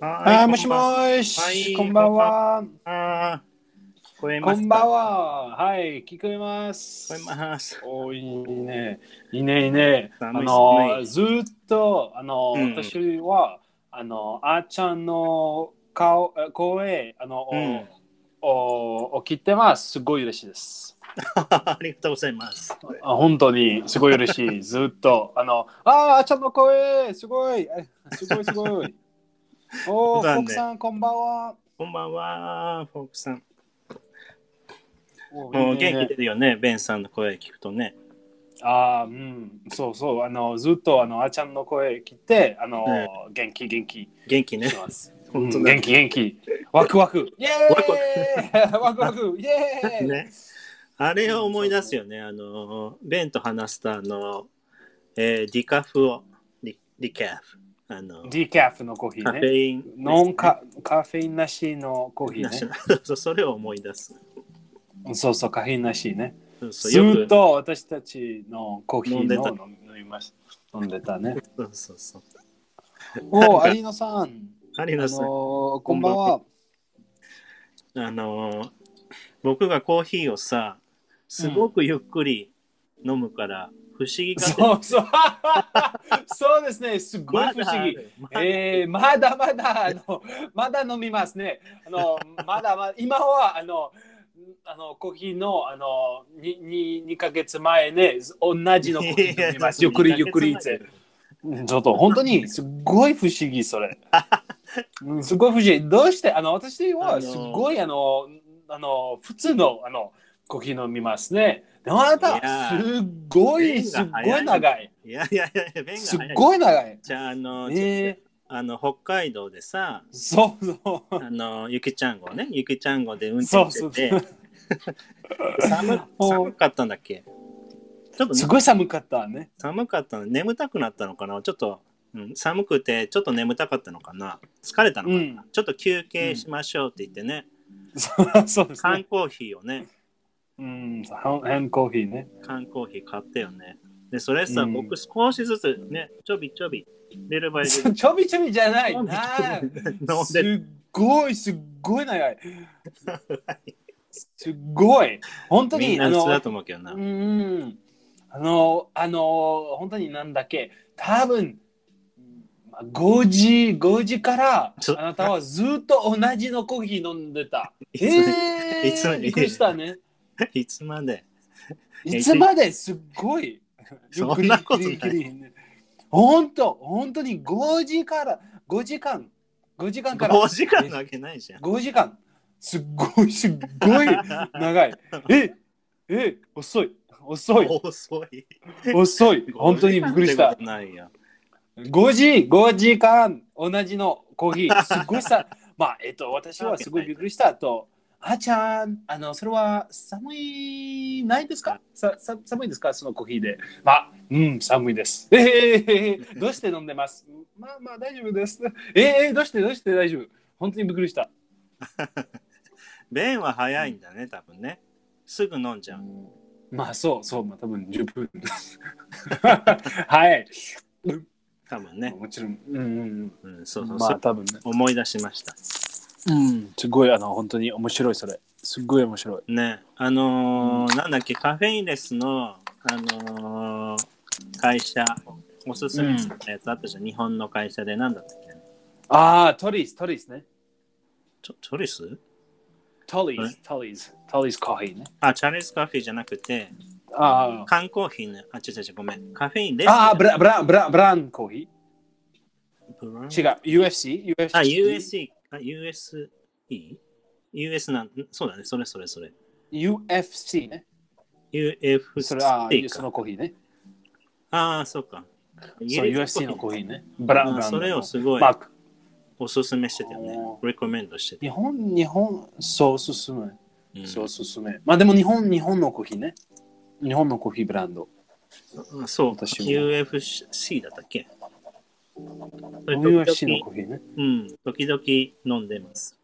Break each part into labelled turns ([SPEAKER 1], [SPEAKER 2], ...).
[SPEAKER 1] は
[SPEAKER 2] あー、もしもー
[SPEAKER 1] はい
[SPEAKER 2] し、こんばんは。
[SPEAKER 1] あ聞こえま
[SPEAKER 2] こ
[SPEAKER 1] すか
[SPEAKER 2] んばん
[SPEAKER 1] 聞
[SPEAKER 2] は。はい、聞こえます。
[SPEAKER 1] こえます。
[SPEAKER 2] おーいいね。いいね、いいね。あ
[SPEAKER 1] 寒いっすね
[SPEAKER 2] のー、ずーっと、あのー、
[SPEAKER 1] うん
[SPEAKER 2] 私は、あのー、あーちゃんの顔、え声、あの、お
[SPEAKER 1] うん
[SPEAKER 2] おお聞いてます。すごい嬉しいです。
[SPEAKER 1] ありがとうございます。
[SPEAKER 2] あ本当にすごい嬉しい。ずーっと、 あの、あーあーちゃんの声、すごい、あすごい、すご い。
[SPEAKER 1] 普
[SPEAKER 2] おお、
[SPEAKER 1] 段ね
[SPEAKER 2] 奥さん、こんばんは。
[SPEAKER 1] こんばんは、フォークさん。
[SPEAKER 2] おー
[SPEAKER 1] も
[SPEAKER 2] いういね
[SPEAKER 1] 元気出るよね、ベンさんの声聞くとね。
[SPEAKER 2] ああ、うん、そうそう、あの、ずっと、あの、あーちゃんの声聞いて、あの、
[SPEAKER 1] ね
[SPEAKER 2] 元気元気
[SPEAKER 1] 元気ね
[SPEAKER 2] し。ます。
[SPEAKER 1] 本当
[SPEAKER 2] うん
[SPEAKER 1] だ
[SPEAKER 2] 元気元気。ワクワク。イエ
[SPEAKER 1] ワク
[SPEAKER 2] ーイワクワク。イエー イ、
[SPEAKER 1] ねあれを思い出すよね。あの、ベンと話したあの、えーディカフを、ディディカフ。あの、
[SPEAKER 2] ディカフのコーヒ
[SPEAKER 1] カ
[SPEAKER 2] ー
[SPEAKER 1] フ
[SPEAKER 2] ね。
[SPEAKER 1] ェインですね、
[SPEAKER 2] ノンカカフェインなしのコーヒーね。
[SPEAKER 1] そうそれを思い出す。
[SPEAKER 2] そうそう、カフェインなしね。
[SPEAKER 1] そうそう
[SPEAKER 2] ず
[SPEAKER 1] よ
[SPEAKER 2] っ
[SPEAKER 1] く
[SPEAKER 2] と私たちのコーヒー
[SPEAKER 1] 飲んでた
[SPEAKER 2] の飲みました。飲んでたね。
[SPEAKER 1] そうそうそう。
[SPEAKER 2] おお、有野さん。
[SPEAKER 1] ア
[SPEAKER 2] あ
[SPEAKER 1] リ
[SPEAKER 2] の
[SPEAKER 1] ナさん、
[SPEAKER 2] ー、こんばんは。
[SPEAKER 1] あのー僕がコーヒーをさすごくゆっくり飲むから、不思議かって
[SPEAKER 2] そうそう。 そうですね。すごい不
[SPEAKER 1] まだ
[SPEAKER 2] 思
[SPEAKER 1] あ
[SPEAKER 2] 議。
[SPEAKER 1] るま
[SPEAKER 2] えー、まだまだあのまだ飲みますね。あのまだまだ今はあのあのコーヒーのあのにに二ヶ月前ね同じのコーヒー飲みます。ゆっくりゆっくりいつ。うんちょっと本当にすごい不思議 それ。うんすごい不思議。どうしてあの私
[SPEAKER 1] あの
[SPEAKER 2] はすごいあのあの普通のあのコーヒー飲みますね。でもあない
[SPEAKER 1] や
[SPEAKER 2] たすっごい
[SPEAKER 1] 麺
[SPEAKER 2] す
[SPEAKER 1] が
[SPEAKER 2] っ
[SPEAKER 1] 早い
[SPEAKER 2] ごい長い。
[SPEAKER 1] いやいやいや便が
[SPEAKER 2] すっ
[SPEAKER 1] 早い
[SPEAKER 2] ごい長い。
[SPEAKER 1] じゃああの,、
[SPEAKER 2] え
[SPEAKER 1] あの北海道でさ
[SPEAKER 2] ー、そうそう。
[SPEAKER 1] あのゆきちゃんごねゆきちゃんごで運転してて
[SPEAKER 2] そ
[SPEAKER 1] 寒寒かったんだっけちょっとね
[SPEAKER 2] すごい寒かったね。
[SPEAKER 1] 寒かったの眠たくなったのかなちょっと、うん、寒くてちょっと眠たかったのかな疲れたのかな、
[SPEAKER 2] うん
[SPEAKER 1] ちょっと休憩しましょうって言ってね、
[SPEAKER 2] そうそうです
[SPEAKER 1] 缶
[SPEAKER 2] ね。
[SPEAKER 1] コーヒーをね
[SPEAKER 2] うん、ハンコーヒーね。
[SPEAKER 1] 缶コーヒー買ったよねでそれさ、
[SPEAKER 2] うん
[SPEAKER 1] 僕少しずつねちょびちょび出る場合で
[SPEAKER 2] ちょびちょびじゃないな。
[SPEAKER 1] 飲ん
[SPEAKER 2] す
[SPEAKER 1] で
[SPEAKER 2] っ
[SPEAKER 1] る
[SPEAKER 2] ごいすっご い長い。すっごい。本当
[SPEAKER 1] みん
[SPEAKER 2] に
[SPEAKER 1] な
[SPEAKER 2] あ
[SPEAKER 1] 普通だ
[SPEAKER 2] の
[SPEAKER 1] と、思うけどな、
[SPEAKER 2] うん、あの、あの、本当になんだっけ、多分まあ5時、5時から
[SPEAKER 1] ちょ
[SPEAKER 2] あなたはずっと同じのコーヒー飲んでた。
[SPEAKER 1] いつ
[SPEAKER 2] え
[SPEAKER 1] いつ
[SPEAKER 2] ー、びっくりしたね。
[SPEAKER 1] いつまで
[SPEAKER 2] いつまですっごい。
[SPEAKER 1] そんなことない
[SPEAKER 2] ゆっくりゆっくり本当、本当に5時から、5時間、5時間から
[SPEAKER 1] 5時間なわけないじゃん
[SPEAKER 2] 5時間。すっごい、すっごい長い。え、え、遅い、遅い、
[SPEAKER 1] 遅い
[SPEAKER 2] 遅い。本当にびっくりし
[SPEAKER 1] 5時間ってこ。
[SPEAKER 2] た
[SPEAKER 1] とないよ
[SPEAKER 2] 5時、5時間、同じのコーヒー。すごいさ、 まあ、えっと、私はすごいびっくりしたと。あーちゃん、あの、それは寒いないですかささ寒いですかそのコーヒーで。まあ、うん、寒いです。えー、 どうして飲んでますまあまあ、大丈夫です。えー、どうしてどうして大丈夫本当にびっくりした。
[SPEAKER 1] 便は早いんだね多分ねすぐ飲んじゃう
[SPEAKER 2] まあ、そうそう、まあ、多分10分。 はい。
[SPEAKER 1] 多分ね、
[SPEAKER 2] もちろん、うんうん。
[SPEAKER 1] うん、そううんそう
[SPEAKER 2] ま
[SPEAKER 1] そ
[SPEAKER 2] あ、
[SPEAKER 1] う
[SPEAKER 2] 多分ね。
[SPEAKER 1] 思い出しました
[SPEAKER 2] うん、すごい、あの、本当に面白い、それ。すごい面白い。
[SPEAKER 1] ねあのーなんだっけカフェインレスの、あのー会社おすすめのやつあったじゃん、日本の会社でなんだったっけ
[SPEAKER 2] ああ、トリス、トリスね。
[SPEAKER 1] ちょチョリス
[SPEAKER 2] トリ
[SPEAKER 1] は
[SPEAKER 2] ス、トリス、トリスコーヒーね。
[SPEAKER 1] あチャレスカフェじゃなくて
[SPEAKER 2] あ
[SPEAKER 1] 缶コーヒーねあ違う違うごめんカフェインレ
[SPEAKER 2] ー
[SPEAKER 1] ス
[SPEAKER 2] あー、ブラ、ブラ、ブラ、ブランコーヒ
[SPEAKER 1] ブラン
[SPEAKER 2] ー。違う、UFC、UFC。
[SPEAKER 1] あ USE あ USE US なんそうだねそれそれそれ
[SPEAKER 2] UFC ね。
[SPEAKER 1] UFC
[SPEAKER 2] それは、そ
[SPEAKER 1] か
[SPEAKER 2] のコーヒーね。
[SPEAKER 1] ああそうか
[SPEAKER 2] そう、UFC のコーヒーね。ブラ、ブ
[SPEAKER 1] あ
[SPEAKER 2] ラン
[SPEAKER 1] ー
[SPEAKER 2] コ
[SPEAKER 1] それをすごい
[SPEAKER 2] まあ、
[SPEAKER 1] おすすめしてたよね
[SPEAKER 2] お。
[SPEAKER 1] レコメンドしてた。
[SPEAKER 2] 日本、日本、そう進む。
[SPEAKER 1] うん
[SPEAKER 2] そう進む。まあ、でも日本、日本のコーヒーね。日本のコーヒーブランド。
[SPEAKER 1] うんそう、
[SPEAKER 2] 私も
[SPEAKER 1] UFC だったっけ
[SPEAKER 2] UFC の
[SPEAKER 1] 時々
[SPEAKER 2] コーヒーね。
[SPEAKER 1] うん、時々飲んでます。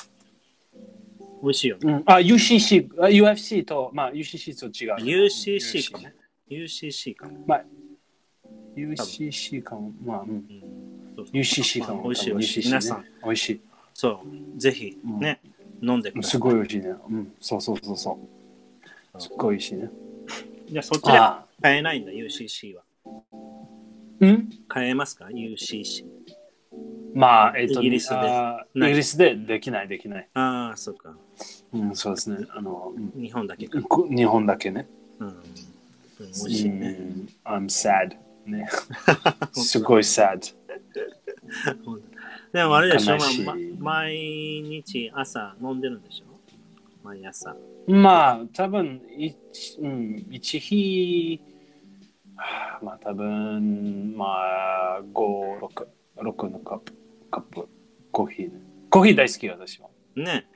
[SPEAKER 1] 美味しいよね。
[SPEAKER 2] うん、あ、UCC、あ UFC と、まあ、UCC と違う。
[SPEAKER 1] UCC か
[SPEAKER 2] ね。
[SPEAKER 1] UCC か。
[SPEAKER 2] まあ、 UCC かも。まあ、うん、
[SPEAKER 1] うんそうそう
[SPEAKER 2] UCC か
[SPEAKER 1] ま
[SPEAKER 2] も。
[SPEAKER 1] あ美味しい美味しい
[SPEAKER 2] UCC
[SPEAKER 1] 皆さん
[SPEAKER 2] ね。美味しい。
[SPEAKER 1] そうぜひね、飲んでく
[SPEAKER 2] うん
[SPEAKER 1] だ
[SPEAKER 2] す
[SPEAKER 1] さい
[SPEAKER 2] ごい美味しいね。うん、そうそうそうそう。すっごい美味しいね。
[SPEAKER 1] じゃあそっちでは
[SPEAKER 2] あ
[SPEAKER 1] 買えないんだ UCC は
[SPEAKER 2] あ、うん
[SPEAKER 1] 買えますか UCC
[SPEAKER 2] まあ、えっと、
[SPEAKER 1] イギリスで
[SPEAKER 2] あー
[SPEAKER 1] ない
[SPEAKER 2] イギリスでできない、できない。
[SPEAKER 1] ああそうか
[SPEAKER 2] うん、そうですね。あの、うん
[SPEAKER 1] 日本だけか
[SPEAKER 2] こ日本だけね。
[SPEAKER 1] うん、うん、美味しいね、
[SPEAKER 2] うん。I'm sad. ね。すごい sad.
[SPEAKER 1] でもあれでしょ、
[SPEAKER 2] 悲しい
[SPEAKER 1] まあま毎日朝飲んでるんでしょ毎朝。
[SPEAKER 2] まあ、多分一、うん、一日、はあまあ、多分、まあ、五六六のカップ、カップ、コーヒーね。コーヒー大好き、私は。
[SPEAKER 1] ね、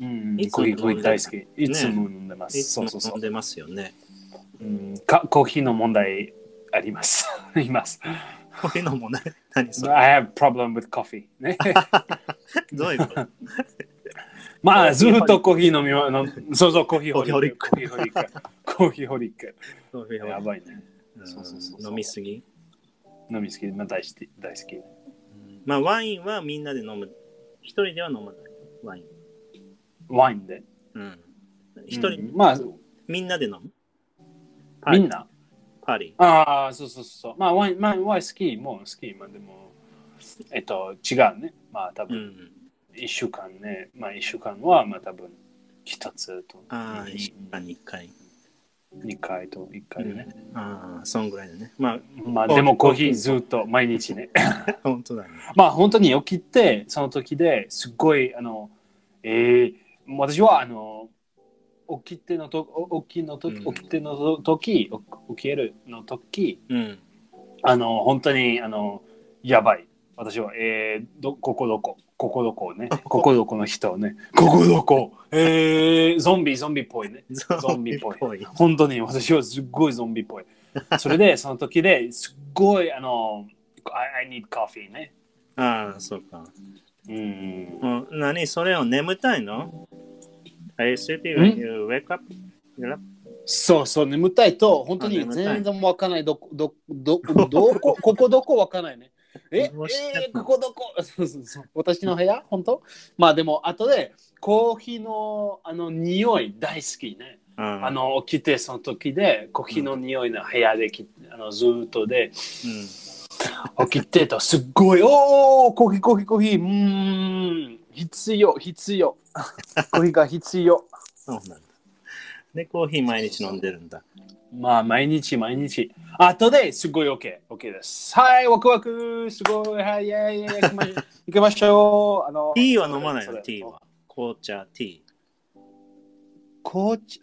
[SPEAKER 2] うん
[SPEAKER 1] いつ
[SPEAKER 2] コ
[SPEAKER 1] も
[SPEAKER 2] ーヒ
[SPEAKER 1] 飲んでる
[SPEAKER 2] ーコーヒー大好き。いつも飲んでま
[SPEAKER 1] い
[SPEAKER 2] す。
[SPEAKER 1] つ
[SPEAKER 2] そう
[SPEAKER 1] も
[SPEAKER 2] そうそ
[SPEAKER 1] 飲んでますよね。
[SPEAKER 2] う。うん、かコーヒーの問題あります。 います。
[SPEAKER 1] こういうのもね、何それ
[SPEAKER 2] I have problem with coffee. ね。
[SPEAKER 1] どういうこと
[SPEAKER 2] まあ、ずっとコーヒー飲み は、のそうそう、コーヒーホリック。
[SPEAKER 1] コ
[SPEAKER 2] コーヒーホリック。コーヒーホリック。
[SPEAKER 1] そういう
[SPEAKER 2] や
[SPEAKER 1] の
[SPEAKER 2] ばいね。
[SPEAKER 1] うん
[SPEAKER 2] そうそうそうそう
[SPEAKER 1] 飲みすぎ、
[SPEAKER 2] 飲み好き、まあ、大好き。大好き。
[SPEAKER 1] まあワインはみんなで飲む。一人では飲まない。ワイン。
[SPEAKER 2] ワインで。
[SPEAKER 1] うん。一人、
[SPEAKER 2] うんま
[SPEAKER 1] みんなで飲む
[SPEAKER 2] あ、みんな。
[SPEAKER 1] パリ。
[SPEAKER 2] ああ、そうそうそう。まあ、ワイン、まあ、ワイン好き、もう好き、まあ、でも、えっと、違うね。まあ、多
[SPEAKER 1] う
[SPEAKER 2] 分、
[SPEAKER 1] ん。
[SPEAKER 2] 一週間ね。まあ、一週間は、まあ、多分、一つと、
[SPEAKER 1] ああ、
[SPEAKER 2] うん
[SPEAKER 1] 一回に一回。
[SPEAKER 2] 二回と一回ね。
[SPEAKER 1] ああ、そんぐらいだね。ま
[SPEAKER 2] まあ、でも、コーヒーずっと、毎日ね。
[SPEAKER 1] あ、 本当だね。
[SPEAKER 2] まあ本当に起きてその時ですっごいあの、えー、私はあの起きてのと起きの時
[SPEAKER 1] うん
[SPEAKER 2] 起きてのと時起きるの時
[SPEAKER 1] うん。
[SPEAKER 2] あの本当にあのやばい私は、えー、どここどこここどこねここどこの人ねここどこえー、ゾンビゾンビっぽいね
[SPEAKER 1] ゾ
[SPEAKER 2] ンビっぽい
[SPEAKER 1] い。
[SPEAKER 2] 本当に私はすっごいゾンビっぽい。それでその時ですっごいあの I, I need coffee ね。
[SPEAKER 1] ああ、そうか。
[SPEAKER 2] うん
[SPEAKER 1] もう何それを眠たいの ?I said when you wake up, you're up.
[SPEAKER 2] そうそう、眠たいと、本当
[SPEAKER 1] あ
[SPEAKER 2] に
[SPEAKER 1] 眠たい
[SPEAKER 2] 全然わかんない。どこ、どこ、どこ、ど こ、ここどこわかんないね。え、え
[SPEAKER 1] どうしちゃった
[SPEAKER 2] ー、ここど こそうそうそう私の部屋本当まあでも、後で、コーヒーの、あの、匂い大好きね。
[SPEAKER 1] あ
[SPEAKER 2] あ、の、起きて、その時で、コーヒーの匂いの部屋でき、あの、ずーっとで、
[SPEAKER 1] うん、
[SPEAKER 2] 起きてと、すっごい、おー、コーヒー、コーヒー、コーヒー、うーん、必要、必要。 コーヒーが必要。
[SPEAKER 1] そうなんだ。で、コーヒー毎日飲んでるんだ。
[SPEAKER 2] まあ、毎日毎日。あとですごい OK。OK です。はい、ワクワク。すごい。はい、いやいやいや、行きま 行きましょう。あの、
[SPEAKER 1] ティーは飲まない
[SPEAKER 2] そ
[SPEAKER 1] の、
[SPEAKER 2] れ
[SPEAKER 1] ティー。は。紅茶、ティー。
[SPEAKER 2] 紅茶。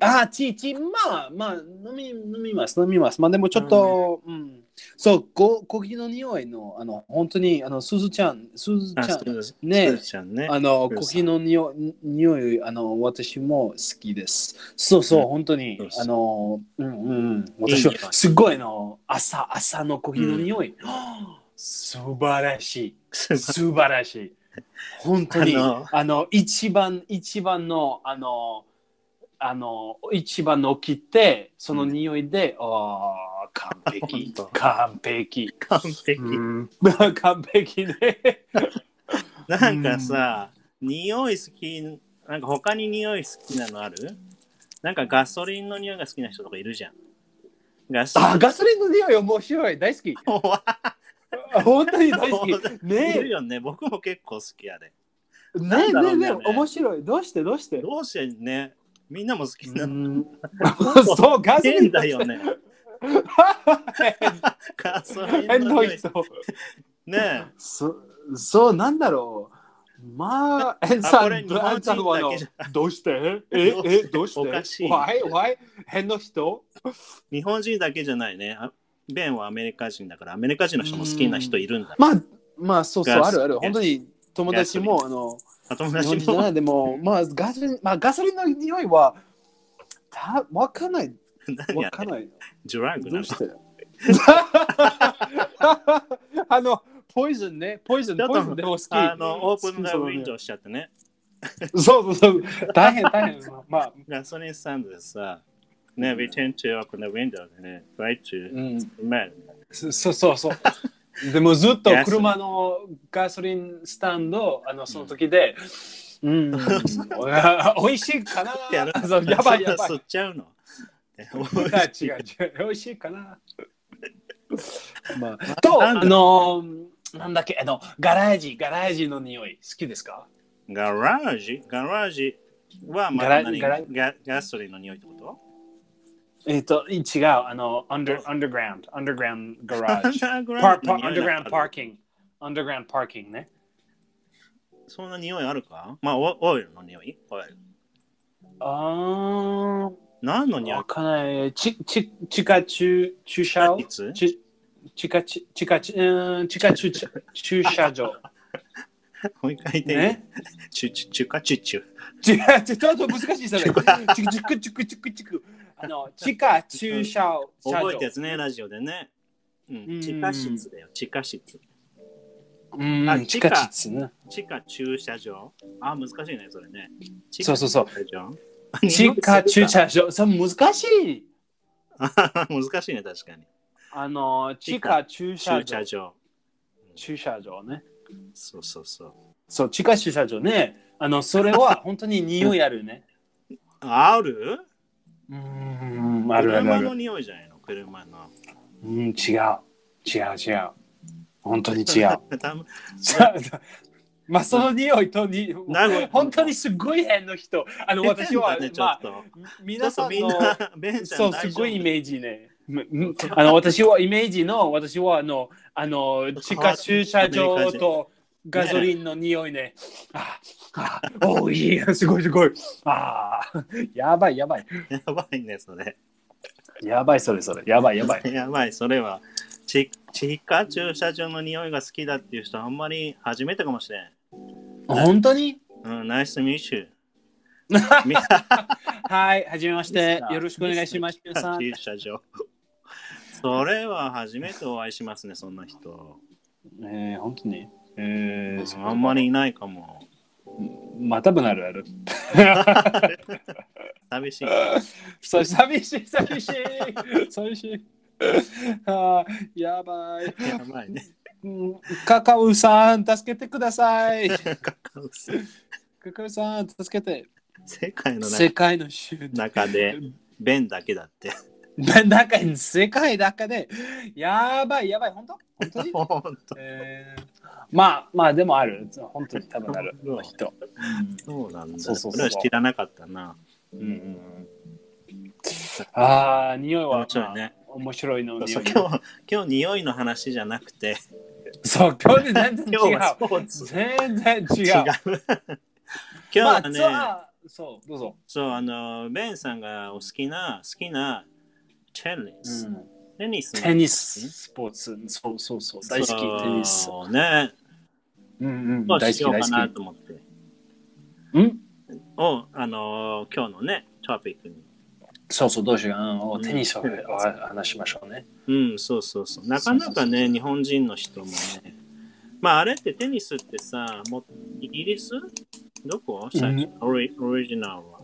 [SPEAKER 2] あ、ティー、ティー。まあ、まあ、飲み、飲みます、飲みます。まあ、でもちょっと、うん。そう、ご、コーヒーの匂いの、あの、本当に、あの、すずちゃん、すずち
[SPEAKER 1] あ、
[SPEAKER 2] ゃ
[SPEAKER 1] そ
[SPEAKER 2] ん。
[SPEAKER 1] うです
[SPEAKER 2] ね
[SPEAKER 1] そうちゃんね。
[SPEAKER 2] あの、
[SPEAKER 1] すず
[SPEAKER 2] コー
[SPEAKER 1] さ
[SPEAKER 2] ヒ
[SPEAKER 1] ん
[SPEAKER 2] ーの匂い、匂い、あの、私も好きです。そうそう、
[SPEAKER 1] うん
[SPEAKER 2] 本当に
[SPEAKER 1] そう、そう
[SPEAKER 2] あの、うんうんうん、
[SPEAKER 1] いい
[SPEAKER 2] 私
[SPEAKER 1] 匂
[SPEAKER 2] はいすごいあの、朝、朝のコーヒーの匂い。はあ素晴らしい。素晴らしい。本当に、
[SPEAKER 1] あ
[SPEAKER 2] あ
[SPEAKER 1] の
[SPEAKER 2] の、一番、一番の、あの、あの、一番の起きて、その匂いで、ああ、完璧
[SPEAKER 1] 本当、
[SPEAKER 2] 完璧。
[SPEAKER 1] 完璧。
[SPEAKER 2] うん、 完璧ね。
[SPEAKER 1] なんかさ、匂い好き、なんか他に匂い好きなのあるなんかガソリンの匂いが好きな人とかいるじゃん。ガソリ
[SPEAKER 2] あ、ガソリンの匂い面白い。大好き。
[SPEAKER 1] ンは
[SPEAKER 2] 本当に大好き。
[SPEAKER 1] い
[SPEAKER 2] ねえ、
[SPEAKER 1] る
[SPEAKER 2] ね
[SPEAKER 1] よね。僕も結構好きやで。
[SPEAKER 2] え、
[SPEAKER 1] なん
[SPEAKER 2] ね
[SPEAKER 1] だろ
[SPEAKER 2] え、
[SPEAKER 1] うね
[SPEAKER 2] ねえ、面白い。どうして、どうして。
[SPEAKER 1] どうしてね、みんなも好きな
[SPEAKER 2] う
[SPEAKER 1] の。
[SPEAKER 2] ん そう、ガソリ
[SPEAKER 1] 変
[SPEAKER 2] ン
[SPEAKER 1] だよね。ガソリン
[SPEAKER 2] 変
[SPEAKER 1] の匂
[SPEAKER 2] な
[SPEAKER 1] い
[SPEAKER 2] 人。
[SPEAKER 1] ね
[SPEAKER 2] そそう、なんだろう。まあ、変
[SPEAKER 1] こ
[SPEAKER 2] さ
[SPEAKER 1] れ
[SPEAKER 2] ん、
[SPEAKER 1] 日本人だけじゃ
[SPEAKER 2] さんはあのどうしてえ、え、どうして
[SPEAKER 1] おかしい
[SPEAKER 2] why? why? 変な人
[SPEAKER 1] 日本人だけじゃないね。あベンはアメリカ人だから、アメリカ人の人も好きな人いるんだ。
[SPEAKER 2] まあ、まあ、そうそう、
[SPEAKER 1] ガ
[SPEAKER 2] あ
[SPEAKER 1] ス
[SPEAKER 2] るある。本当に友達
[SPEAKER 1] ガ
[SPEAKER 2] も、あの、
[SPEAKER 1] あ友
[SPEAKER 2] 日本
[SPEAKER 1] 達
[SPEAKER 2] 人じゃな
[SPEAKER 1] も
[SPEAKER 2] いでも、まあ、ガソリン、まあ、ガソリンの匂いは、たわかんない、
[SPEAKER 1] 何
[SPEAKER 2] わ
[SPEAKER 1] あ
[SPEAKER 2] かん
[SPEAKER 1] れ
[SPEAKER 2] ない。
[SPEAKER 1] ドラッグ
[SPEAKER 2] ど
[SPEAKER 1] なの
[SPEAKER 2] うして あの、ポイズンね、ポイズン、
[SPEAKER 1] ちょっと
[SPEAKER 2] ポイズンでも好き。
[SPEAKER 1] あの、オープンな
[SPEAKER 2] そう
[SPEAKER 1] ウ
[SPEAKER 2] そう
[SPEAKER 1] ィンドウしちゃってね。
[SPEAKER 2] そうそうそう、大変、大変。まあ、
[SPEAKER 1] ガソリンスタンドでさ、ね、we tend to open the window でね、try
[SPEAKER 2] う
[SPEAKER 1] to
[SPEAKER 2] ん、
[SPEAKER 1] smell.
[SPEAKER 2] そそうそうそう。でもずっと
[SPEAKER 1] Yes.
[SPEAKER 2] 車のガソリンスタンド、あのその時で、 うん、おいしいかな
[SPEAKER 1] やる
[SPEAKER 2] そうやばいやばい
[SPEAKER 1] 吸。っちゃ うの。
[SPEAKER 2] あ違う違う。美味しいかな。まあ、と、あ
[SPEAKER 1] なんだ
[SPEAKER 2] のー、なんだっけ、あの、ガラージ、ガラージの匂い、好きですか
[SPEAKER 1] ガラージガラージはま
[SPEAKER 2] ガラ
[SPEAKER 1] あ何
[SPEAKER 2] ガラ
[SPEAKER 1] ガガソリンの匂いってこと
[SPEAKER 2] えっ、と、違う、あの、under, underground, underground
[SPEAKER 1] ア
[SPEAKER 2] garage.
[SPEAKER 1] ンダーグ
[SPEAKER 2] par,
[SPEAKER 1] ラ
[SPEAKER 2] par,
[SPEAKER 1] ウンドの匂いなん
[SPEAKER 2] underground
[SPEAKER 1] か
[SPEAKER 2] parking. underground parking ね。
[SPEAKER 1] そんな匂いあるかまあオオイルの匂いオイル。
[SPEAKER 2] あ
[SPEAKER 1] 何の
[SPEAKER 2] ー、
[SPEAKER 1] 匂い
[SPEAKER 2] わかんない。ち、ち、地下駐、駐車を
[SPEAKER 1] いつ
[SPEAKER 2] ち地下ち、地下ち、うーん、地下駐車駐車場。
[SPEAKER 1] もう一回言っていい、
[SPEAKER 2] ね。
[SPEAKER 1] チュチュチュカチュチュ。
[SPEAKER 2] 違う、ちょっと難しいですよね。チクチクチクチクチク。あの、地下駐車場。
[SPEAKER 1] 覚えたやつね、ラジオでね。うん
[SPEAKER 2] うん
[SPEAKER 1] 地下室だよ、地下室。
[SPEAKER 2] うん
[SPEAKER 1] あ
[SPEAKER 2] 地
[SPEAKER 1] 地
[SPEAKER 2] 下
[SPEAKER 1] 下
[SPEAKER 2] 室ね。
[SPEAKER 1] 地下駐車場あ、難しいね、それね。地下
[SPEAKER 2] そうそうそ
[SPEAKER 1] 駐
[SPEAKER 2] う。
[SPEAKER 1] 車場
[SPEAKER 2] 地下駐車場。そう、難しい。
[SPEAKER 1] 難しいね、確かに。
[SPEAKER 2] あの、地
[SPEAKER 1] 地
[SPEAKER 2] 下
[SPEAKER 1] 下
[SPEAKER 2] 駐
[SPEAKER 1] 駐
[SPEAKER 2] 車場
[SPEAKER 1] 車。場。
[SPEAKER 2] 駐車場ね。
[SPEAKER 1] そうそうそう。
[SPEAKER 2] そう、地下駐車場ね。あの、それ は本当に匂いあるね。
[SPEAKER 1] ある
[SPEAKER 2] うん、あるある
[SPEAKER 1] 車
[SPEAKER 2] ある
[SPEAKER 1] の。匂いじゃないの、車の。
[SPEAKER 2] うん、違う。違う違う。本当に違う。
[SPEAKER 1] 多分
[SPEAKER 2] まあ、その匂いとに、
[SPEAKER 1] 名古屋
[SPEAKER 2] 本当にすごい変な人。あの、私は、
[SPEAKER 1] 変だね、ちょ
[SPEAKER 2] まあ
[SPEAKER 1] っ、と。
[SPEAKER 2] 皆さん
[SPEAKER 1] ちょ
[SPEAKER 2] の
[SPEAKER 1] っとみんな、ベンちゃ
[SPEAKER 2] そ
[SPEAKER 1] ん
[SPEAKER 2] うすごいイ
[SPEAKER 1] ージ。
[SPEAKER 2] メージね。うんあの私はイメージの私はあのあの地下駐車場とガソリンの匂いね。ああおいいすごいすごい。ああやばいやばい
[SPEAKER 1] やばいね、それ。
[SPEAKER 2] やばいそれそれやばいやばい。
[SPEAKER 1] やばい、 それは。ち地下駐車場の匂いが好きだっていう人、あんまり初めてかもしれん。
[SPEAKER 2] 本当に
[SPEAKER 1] うん、ナイスミッ シュ。
[SPEAKER 2] はいはじめましてよろしくお願い します皆さん。
[SPEAKER 1] 駐車場。それは初めてお会いしますね、そんな人。
[SPEAKER 2] えー、本当に。えー、
[SPEAKER 1] あんまりいないかも。
[SPEAKER 2] またぶなるある。
[SPEAKER 1] 寂 しい。
[SPEAKER 2] そう寂しい寂しい寂しい。 あーやばい。
[SPEAKER 1] やばいね。
[SPEAKER 2] うんカカウさん、助けてくださ い。カカウさん、助けて。
[SPEAKER 1] 世界の
[SPEAKER 2] 世界の集団。
[SPEAKER 1] 中で、ベンだけだって。
[SPEAKER 2] 中に世界だけで。やばい、やばい、本当本 当に、
[SPEAKER 1] 本当
[SPEAKER 2] えーまあ、まあ、でもある。本当に多分ある。
[SPEAKER 1] うん
[SPEAKER 2] 人。
[SPEAKER 1] そうなんだ。
[SPEAKER 2] そうそうそう
[SPEAKER 1] れは知らなかったな。
[SPEAKER 2] うんうんうんああ、匂いは、
[SPEAKER 1] 面白いね
[SPEAKER 2] まあ面白いの
[SPEAKER 1] そうそう
[SPEAKER 2] 匂い。
[SPEAKER 1] 今日、今日匂いの話じゃなくて、
[SPEAKER 2] そう、今日で全然違
[SPEAKER 1] 今日はス
[SPEAKER 2] う。
[SPEAKER 1] ポーツ。
[SPEAKER 2] 全然違 う。
[SPEAKER 1] 違う。今
[SPEAKER 2] まあ
[SPEAKER 1] 日は、ね、
[SPEAKER 2] そうあそう、どうぞ。
[SPEAKER 1] そう、あの、ベンさんがお好きな、好きなテニス。
[SPEAKER 2] うん
[SPEAKER 1] テニスの
[SPEAKER 2] テニス、スポーツ、そうそうそう、大好き、テニス。
[SPEAKER 1] そうね。
[SPEAKER 2] うんうん、
[SPEAKER 1] ど
[SPEAKER 2] 大
[SPEAKER 1] う
[SPEAKER 2] 好
[SPEAKER 1] し
[SPEAKER 2] き、
[SPEAKER 1] よう
[SPEAKER 2] 大
[SPEAKER 1] かな
[SPEAKER 2] 好
[SPEAKER 1] と思って。
[SPEAKER 2] き。ん
[SPEAKER 1] を、あのー今日のね、トピックに。
[SPEAKER 2] そうそう、どうしようかな。お
[SPEAKER 1] うん
[SPEAKER 2] テニスをお話しましょうね。
[SPEAKER 1] うん、そうそうそう。なかなかね、日本人の人もね。まあ、あれってテニスってさ、もうイギリスどこ
[SPEAKER 2] うん
[SPEAKER 1] 最初オリオリジナルは。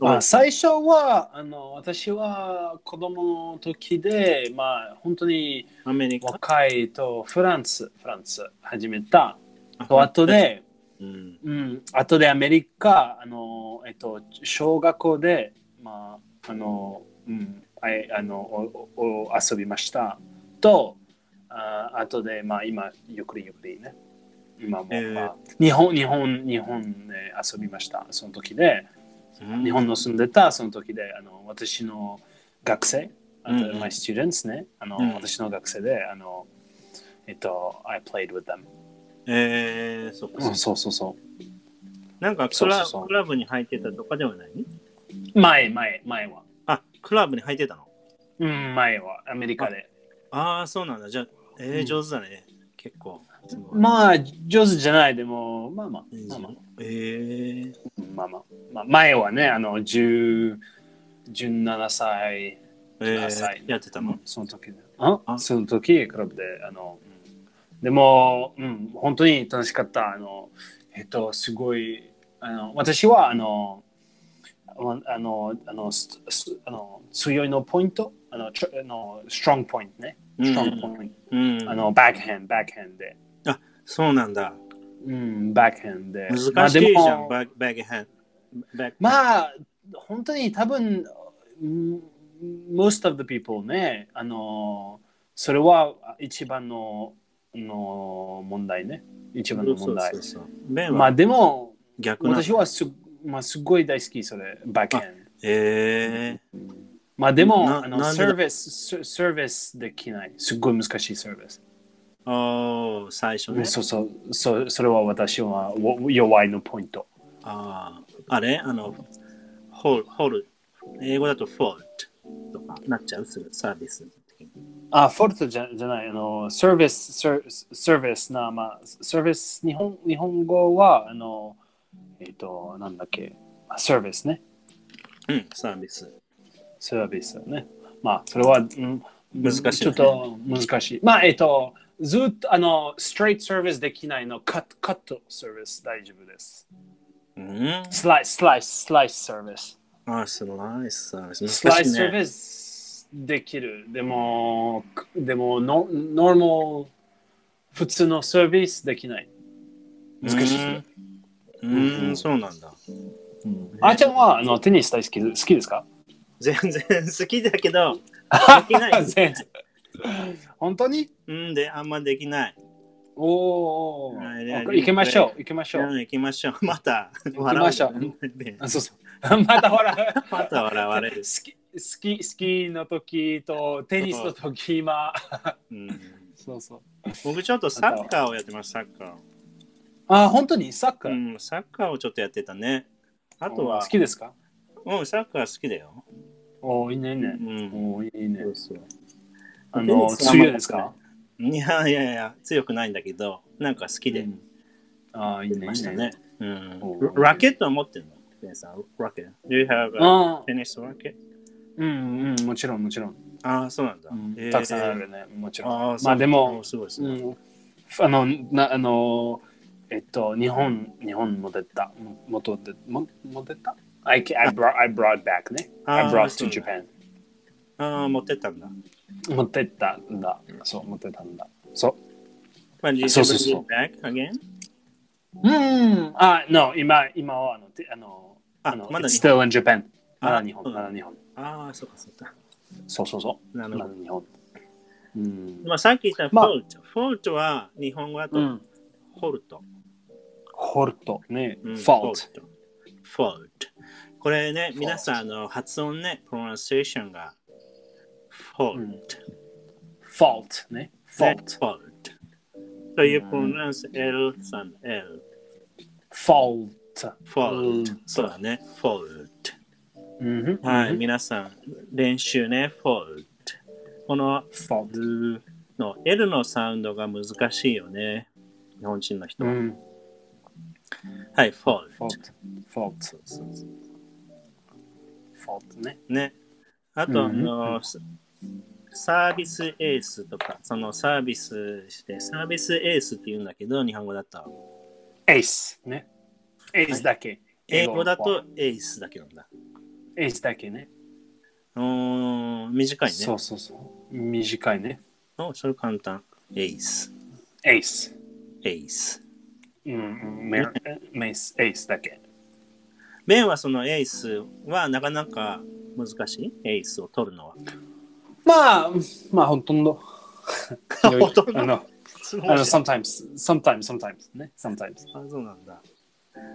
[SPEAKER 2] まあ、最初はあの私は子供の時で、まあ、本当に
[SPEAKER 1] アメリカ。
[SPEAKER 2] 若いとフランス、フランス始めた。と後で、
[SPEAKER 1] うん。
[SPEAKER 2] うん、後でアメリカ、あの、えっと、小学校で、まあ、あの、うん、あいあの、おおお遊びました。と、あ後で、まあ、今、ゆっくりゆっくりね。今も、
[SPEAKER 1] えー
[SPEAKER 2] まあ、日本、日本、日本で遊びました。その時で、日本の住んでたその時で、あの、私の学生、あと、
[SPEAKER 1] うん
[SPEAKER 2] my students ね、あの、
[SPEAKER 1] うん
[SPEAKER 2] 私の学生で、あの、えっと、I played with them。
[SPEAKER 1] えー、そっか
[SPEAKER 2] う
[SPEAKER 1] そっ
[SPEAKER 2] ん、
[SPEAKER 1] か。
[SPEAKER 2] そうそうそう。
[SPEAKER 1] なんかクラ
[SPEAKER 2] そうそうそう
[SPEAKER 1] クラブに入ってたとかではない
[SPEAKER 2] 前、前、前は。
[SPEAKER 1] あ、クラブに入ってたの
[SPEAKER 2] うん、前は、アメリカで。
[SPEAKER 1] ああ、そうなんだ。じゃあ、え
[SPEAKER 2] う
[SPEAKER 1] ー
[SPEAKER 2] ん
[SPEAKER 1] 上手だね。結構。すごい
[SPEAKER 2] まあ、上手じゃない、でも、まあまあ、
[SPEAKER 1] いいじ
[SPEAKER 2] まあ
[SPEAKER 1] ゃん
[SPEAKER 2] まあ、
[SPEAKER 1] えー、
[SPEAKER 2] まあまあ、まあ、前はね、あの、10 17歳、
[SPEAKER 1] え
[SPEAKER 2] 18歳
[SPEAKER 1] ー、やってたの、
[SPEAKER 2] その時で。あ
[SPEAKER 1] あ
[SPEAKER 2] その時、クラブで、あの、うんでも、うん、本当に楽しかった。あの、えっと、すごい、あの、私は、あの、あの、あの、あの、すすあの強いのポイント、あの、ちょあのストロングポイントね。
[SPEAKER 1] うん
[SPEAKER 2] ストロングポイント。
[SPEAKER 1] うん、
[SPEAKER 2] あの、バックハンド、バックハンドで。
[SPEAKER 1] そうなんだ。
[SPEAKER 2] うん、バックハンドで。
[SPEAKER 1] 難しいじ
[SPEAKER 2] まあ
[SPEAKER 1] ゃ
[SPEAKER 2] で
[SPEAKER 1] ん、
[SPEAKER 2] も
[SPEAKER 1] バックバックハンド。バック
[SPEAKER 2] まあ、本当に多分、うん most of the people ね、あの、それは一番のあの問題ね。一番の問題
[SPEAKER 1] そう。そうそうベン
[SPEAKER 2] まあ
[SPEAKER 1] は
[SPEAKER 2] でも、
[SPEAKER 1] 逆なんだ
[SPEAKER 2] 私はす,、まあ、すごい大好き、それ、バックハンド。
[SPEAKER 1] え
[SPEAKER 2] まあでも、
[SPEAKER 1] な
[SPEAKER 2] あ
[SPEAKER 1] な
[SPEAKER 2] の、
[SPEAKER 1] んで
[SPEAKER 2] サ
[SPEAKER 1] だ
[SPEAKER 2] ービス、サービスできない。すっごい難しいサービス。
[SPEAKER 1] ー、おー最初ね。
[SPEAKER 2] そうそう、そうそれは私はお弱いのポイント。
[SPEAKER 1] ああ、あれあの、ホール、ホール、英語だとフォルトとかなっちゃうするサービス。
[SPEAKER 2] あ、フォルトじゃじゃない、あの、サービス、サーサービスな、まあ、サービス、日本日本語は、あの、えっ、と、なんだっけ、まあサービスね。
[SPEAKER 1] うん、サービス。
[SPEAKER 2] サービスね。まあ、それは、うん、
[SPEAKER 1] 難しいね
[SPEAKER 2] ちょっと難しい。まあ、えっ、と、ずっと、あの、ストレートサービスできないの、カット、カットサービス大丈夫です。
[SPEAKER 1] うん。
[SPEAKER 2] スライス、スライス、スライスサービス。
[SPEAKER 1] あ、スライスサービス。
[SPEAKER 2] スラ
[SPEAKER 1] 難
[SPEAKER 2] イ
[SPEAKER 1] しい
[SPEAKER 2] スサー
[SPEAKER 1] ね。
[SPEAKER 2] ビスできる。でも、くでもノ、ノーマル、普通のサービスできない。難しいですね。
[SPEAKER 1] うーん、そうなんだ。
[SPEAKER 2] あーちゃんはあのテニス大好き好きですか
[SPEAKER 1] 全然好きだけど、できな い。
[SPEAKER 2] 全然 本当に
[SPEAKER 1] うんで、あんまできない。
[SPEAKER 2] おお、
[SPEAKER 1] はいね
[SPEAKER 2] 行きましょう、行きましょ
[SPEAKER 1] じゃあ
[SPEAKER 2] う。
[SPEAKER 1] 行きましょう。 また。
[SPEAKER 2] 行きましょう
[SPEAKER 1] 笑われる
[SPEAKER 2] あそうそう またほら、
[SPEAKER 1] また笑われ
[SPEAKER 2] 好
[SPEAKER 1] る。
[SPEAKER 2] き、好き、好きの時とテニスの時、今。
[SPEAKER 1] うん
[SPEAKER 2] そうそう。
[SPEAKER 1] 僕ちょっとサッカーをやってます、サッカ
[SPEAKER 2] あー、本当にサッカ
[SPEAKER 1] ー。
[SPEAKER 2] ー、
[SPEAKER 1] うん、サッカーをちょっとやってたね。あとは
[SPEAKER 2] 好、きですか
[SPEAKER 1] うん、サッカー好きだよ。
[SPEAKER 2] おーいいねいいね。
[SPEAKER 1] うん。
[SPEAKER 2] おーいいね。あ
[SPEAKER 1] テニ
[SPEAKER 2] の、
[SPEAKER 1] スはあんま
[SPEAKER 2] 強いですか
[SPEAKER 1] いやいやいや、強くないんだけど、なんか好きでやっ
[SPEAKER 2] ああ、いい
[SPEAKER 1] て
[SPEAKER 2] ね。
[SPEAKER 1] ましたね。うん
[SPEAKER 2] お。ー
[SPEAKER 1] ララケットは持ってるのベンさん、ラケット。Do you have a
[SPEAKER 2] ああ、
[SPEAKER 1] tennis racket?
[SPEAKER 2] うんうん、もちろん、もちろん。
[SPEAKER 1] ああ、そうなんだ
[SPEAKER 2] う。ん
[SPEAKER 1] えー
[SPEAKER 2] たくさんあるね、もちろん。
[SPEAKER 1] ああ、
[SPEAKER 2] まあでも
[SPEAKER 1] おすごいす
[SPEAKER 2] う
[SPEAKER 1] ごい。
[SPEAKER 2] ん、あの、なあの、えっと、日本、日本も出た。も元で、もも出た I, ca- I, brought, I brought back ね。I
[SPEAKER 1] あー
[SPEAKER 2] brought
[SPEAKER 1] そ
[SPEAKER 2] to
[SPEAKER 1] うなん
[SPEAKER 2] Japan.
[SPEAKER 1] ああ、持ってったんだ。
[SPEAKER 2] 持ってったんだ。そう、持ってったんだ。そ
[SPEAKER 1] まあ、did you
[SPEAKER 2] そうそうそう
[SPEAKER 1] bring it back again?
[SPEAKER 2] う。うん。あ、no、今、今はあの、てあの、
[SPEAKER 1] あ
[SPEAKER 2] の、
[SPEAKER 1] まだ
[SPEAKER 2] it's
[SPEAKER 1] 日
[SPEAKER 2] still in Japan. まだ日
[SPEAKER 1] あそ
[SPEAKER 2] 本、
[SPEAKER 1] うなん
[SPEAKER 2] ま
[SPEAKER 1] だ
[SPEAKER 2] だ日本。
[SPEAKER 1] ああ、そうかそうか。
[SPEAKER 2] そうそうそう。
[SPEAKER 1] なるほ
[SPEAKER 2] ま
[SPEAKER 1] ど。
[SPEAKER 2] ず日本。うん。
[SPEAKER 1] まあ、さっき言ったフ
[SPEAKER 2] まあ
[SPEAKER 1] ォルト。フォルトは日本語だと
[SPEAKER 2] うん。
[SPEAKER 1] ホルト。
[SPEAKER 2] ホルト。ね。
[SPEAKER 1] うん
[SPEAKER 2] fault。。
[SPEAKER 1] フォルト。これね、皆さんあの発音ね、プロナンセーションがフォルト。
[SPEAKER 2] fault。ね。
[SPEAKER 1] ね
[SPEAKER 2] fault。
[SPEAKER 1] フォルト。というプロナンス L さん L。
[SPEAKER 2] fault。
[SPEAKER 1] フォルト
[SPEAKER 2] う。
[SPEAKER 1] そうだね、フォルト。
[SPEAKER 2] うん。
[SPEAKER 1] はい、。皆さん、練習ね、フォルト。この
[SPEAKER 2] fault。
[SPEAKER 1] ルの L のサウンドが難しいよね。日本人の人
[SPEAKER 2] う
[SPEAKER 1] は。
[SPEAKER 2] ん。
[SPEAKER 1] はい、フォルト。
[SPEAKER 2] fault。fault。fault ね。
[SPEAKER 1] ね。あと、
[SPEAKER 2] うん
[SPEAKER 1] あの、ササービスエースとか、そのサービスして、サービスエースって言うんだけど、日本語だと。
[SPEAKER 2] ace。ね。ace だけ。
[SPEAKER 1] 英語だ。とエースだけなんだ。
[SPEAKER 2] ace だけね。
[SPEAKER 1] うーん、短いね。
[SPEAKER 2] そうそうそう。短いね。
[SPEAKER 1] おそれ簡単。エース、
[SPEAKER 2] ace。Mm,
[SPEAKER 1] エース。
[SPEAKER 2] うん。メメイス。ace eh, だけ。
[SPEAKER 1] ベンはそのエースはなかなか難しいエースを取るのは。
[SPEAKER 2] まあ、まあ、ほとん ど。
[SPEAKER 1] ほとんど
[SPEAKER 2] あの、
[SPEAKER 1] す
[SPEAKER 2] あの sometimes、sometimes、sometimes ね。sometimes。
[SPEAKER 1] あそうなんだ。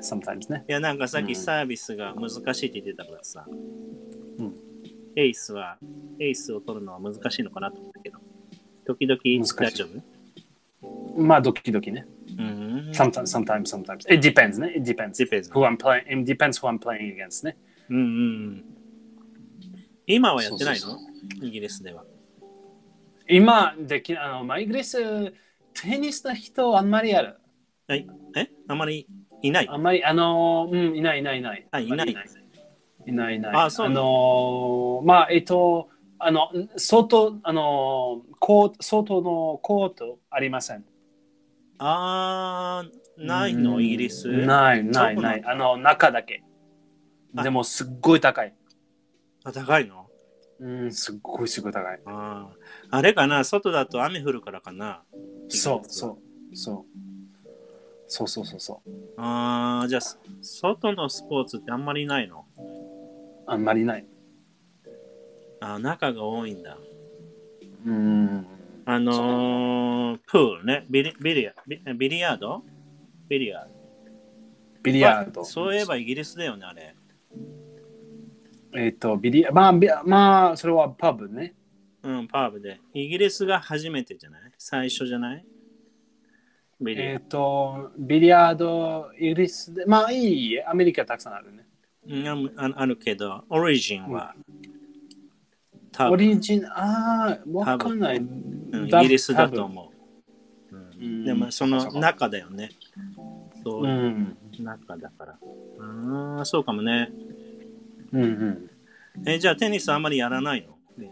[SPEAKER 2] sometimes ね。
[SPEAKER 1] いや、なんかさっ
[SPEAKER 2] う
[SPEAKER 1] き
[SPEAKER 2] ん
[SPEAKER 1] サービスが難しいって言ってたからさ、
[SPEAKER 2] ん
[SPEAKER 1] エースは、エースを取るのは難しいのかなと思ったけど、時々大
[SPEAKER 2] 難しい
[SPEAKER 1] 丈夫
[SPEAKER 2] まあ、ドキドキね。
[SPEAKER 1] うん。
[SPEAKER 2] sometimes, sometimes, sometimes. It depends ね。It depends.
[SPEAKER 1] Depends
[SPEAKER 2] Who I'm playing, it depends who I'm playing against ね。
[SPEAKER 1] うんうん。今はやってない
[SPEAKER 2] そう
[SPEAKER 1] のイギリスでは。
[SPEAKER 2] 今、できあの、まあ、イギリス、テニスの人あんまりやる。
[SPEAKER 1] はい、えあまりいない
[SPEAKER 2] あんまり、あの、うん、いないいないいない。
[SPEAKER 1] あいない
[SPEAKER 2] いないいないいない。
[SPEAKER 1] あそう
[SPEAKER 2] あの、まあ、えっと、あの、外、あの、コート、外のコートありません。
[SPEAKER 1] あー、ないの、イギリス。
[SPEAKER 2] ないない
[SPEAKER 1] そう
[SPEAKER 2] な
[SPEAKER 1] ないん。だ
[SPEAKER 2] あの、中だけ。
[SPEAKER 1] はい
[SPEAKER 2] でもすっごい高い。
[SPEAKER 1] あ、高いの
[SPEAKER 2] うん、すっごいすごい高い。
[SPEAKER 1] あーあれかな外だと雨降るからかな
[SPEAKER 2] そうそうそう。そうそうそうそう。
[SPEAKER 1] ああ、じゃあ、外のスポーツってあんまりないの
[SPEAKER 2] あんまりない。
[SPEAKER 1] あー中が多いんだ。
[SPEAKER 2] うん。
[SPEAKER 1] あのー、プールね、ビリビリヤビビリヤードビリヤード。
[SPEAKER 2] ビリヤード。
[SPEAKER 1] そういえばイギリスだよね、あれ。
[SPEAKER 2] えっ、と、ビリヤまあ、ビまあ、それはパブね。
[SPEAKER 1] うん、パーブで。イギリスが初めてじゃない最初じゃないビリヤ
[SPEAKER 2] え
[SPEAKER 1] ー
[SPEAKER 2] っ、と、ビリヤード、イギリスで、まあいいえ、アメリカたくさんあるね。
[SPEAKER 1] ド。うんああるけど、オリジンは、多
[SPEAKER 2] オ
[SPEAKER 1] 分、
[SPEAKER 2] リジン、ああ、わかんない。
[SPEAKER 1] うん、イ
[SPEAKER 2] だ
[SPEAKER 1] ギリスだと思う。うん
[SPEAKER 2] うん
[SPEAKER 1] でも、その
[SPEAKER 2] そうか
[SPEAKER 1] 中だよね。そう
[SPEAKER 2] う、ん。
[SPEAKER 1] 中だから。ああ、そうかもね。
[SPEAKER 2] うんうん。
[SPEAKER 1] えじゃあ、テニスあんまりやらないの、ね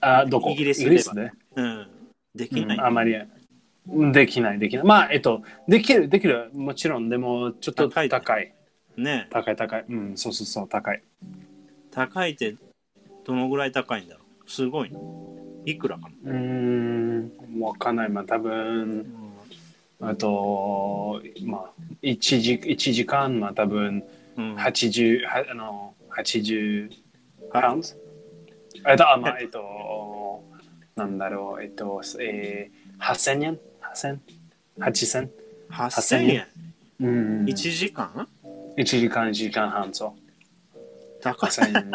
[SPEAKER 2] あどこ
[SPEAKER 1] イギリスで
[SPEAKER 2] イギリスで。
[SPEAKER 1] うん。できない、
[SPEAKER 2] うんあまりうんできない、できない。まあ、えっと、できる、できる、もちろん、でも、ちょっと
[SPEAKER 1] 高
[SPEAKER 2] 高
[SPEAKER 1] い
[SPEAKER 2] い。
[SPEAKER 1] ね
[SPEAKER 2] 高い、
[SPEAKER 1] ね
[SPEAKER 2] 高い、うん、そうそうそう、高い。
[SPEAKER 1] 高いってどのぐらい高いんだろうすごいのいくらかな、
[SPEAKER 2] うーん、わかんない。まあ、多分、あと、まあ、一時一時間、まあ、多分、
[SPEAKER 1] うん、
[SPEAKER 2] 80、はあの、80パウンドえっと、あ、まあ、えっと、なんだろう、えっと、えー、8000円 ?8000? 8000?
[SPEAKER 1] 8000円
[SPEAKER 2] うん。
[SPEAKER 1] 1
[SPEAKER 2] 1
[SPEAKER 1] 時間
[SPEAKER 2] 時間、1時間半、そう。
[SPEAKER 1] 高い
[SPEAKER 2] 8000円。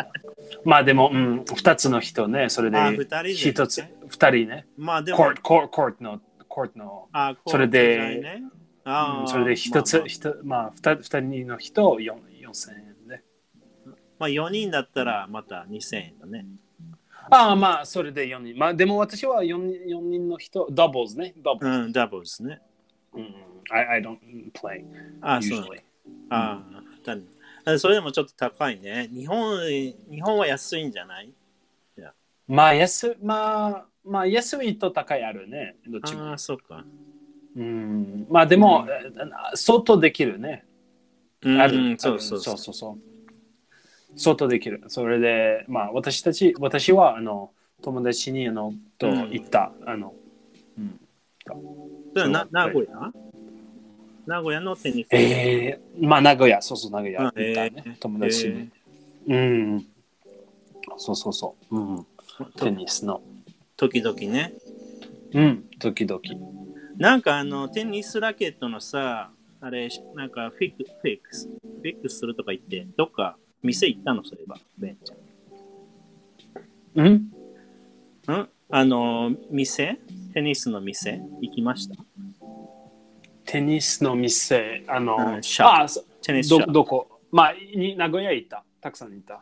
[SPEAKER 2] まあでも、うん、2つの人ね、それで
[SPEAKER 1] あ二人でね
[SPEAKER 2] 1つ、2人ね、
[SPEAKER 1] まあでも
[SPEAKER 2] コート、コート、コートの、コートの、
[SPEAKER 1] あ
[SPEAKER 2] それで
[SPEAKER 1] コートじゃないねあ
[SPEAKER 2] う
[SPEAKER 1] ー
[SPEAKER 2] んそれで1つ、
[SPEAKER 1] まあまあ
[SPEAKER 2] ひとまあ、2, 人の人を4 4000円で。
[SPEAKER 1] まあ、4人だったらまた2000円だね
[SPEAKER 2] ああ、まあ、それで4人。まあでも私は 4, 四人の人、ダブルズね、ダブル
[SPEAKER 1] うんダブルですね
[SPEAKER 2] I, I don't play
[SPEAKER 1] あそう
[SPEAKER 2] usually.
[SPEAKER 1] あー二人あそれでもちょっと高いね日本日本は安いんじゃない
[SPEAKER 2] まあ、安、まあ、まあ、安いと高いあるね。どっち
[SPEAKER 1] あ
[SPEAKER 2] も
[SPEAKER 1] あ。そうか
[SPEAKER 2] うん。まあ、でも、外できるね。
[SPEAKER 1] うん
[SPEAKER 2] ある。
[SPEAKER 1] うん
[SPEAKER 2] あ
[SPEAKER 1] そ
[SPEAKER 2] る
[SPEAKER 1] うそうそう
[SPEAKER 2] そうそうそう。外できる。それで、まあ、私たち、私は、あの、友達に、あの、と
[SPEAKER 1] うん
[SPEAKER 2] 行った、あの、うん、
[SPEAKER 1] だからな
[SPEAKER 2] そう
[SPEAKER 1] 名古屋名古屋のテニス。
[SPEAKER 2] えー、まあ、名古屋、そうそう、名古屋行
[SPEAKER 1] あ
[SPEAKER 2] ったね。
[SPEAKER 1] えー
[SPEAKER 2] 友達に、うん。そうそうそう。うん。テニスの。
[SPEAKER 1] 時々ね。
[SPEAKER 2] うん、時々。
[SPEAKER 1] なんかあの、テニスラケットのさ、あれ、なんかフィック、フィックス、フィックスするとか言って、どっか店行ったの、そういえば、ベンち
[SPEAKER 2] うん
[SPEAKER 1] ゃん。んあの、店テニスの店行きました
[SPEAKER 2] テニスの店、あの、
[SPEAKER 1] うんシャープ
[SPEAKER 2] あそ
[SPEAKER 1] テニスショ
[SPEAKER 2] ど
[SPEAKER 1] ップ。
[SPEAKER 2] どこまあ、に名古屋行った。たくさん行った。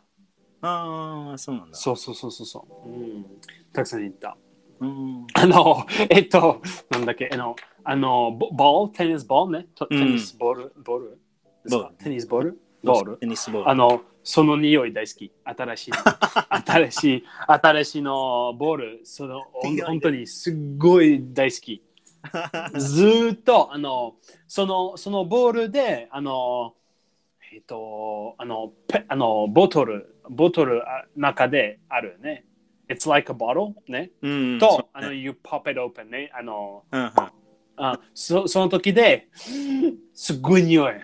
[SPEAKER 1] ああ、そうなんだ。
[SPEAKER 2] そうそうそうそうそう、うん。たくさん行った。
[SPEAKER 1] うん。
[SPEAKER 2] あの、えっと、なんだっけ、あの、あのボボール、テニスボールね。と
[SPEAKER 1] うん
[SPEAKER 2] テニスボール、ボールです
[SPEAKER 1] ボー
[SPEAKER 2] か
[SPEAKER 1] ル
[SPEAKER 2] テニスボールボール。
[SPEAKER 1] テニスボール。
[SPEAKER 2] あの、その匂い大好き。新しい、新しい、新しいのボール、その、ほん
[SPEAKER 1] 匂いで
[SPEAKER 2] 本当にすっごい大好き。ずーっとあのそのそのボールであのえっ、とあのペあのボトルボトルあ中であるね。It's like a bottle ね。
[SPEAKER 1] うん
[SPEAKER 2] と、
[SPEAKER 1] そう
[SPEAKER 2] あ
[SPEAKER 1] ね
[SPEAKER 2] の you pop it open ね。あの
[SPEAKER 1] うんうん
[SPEAKER 2] あそその時ですっごい匂い、ね。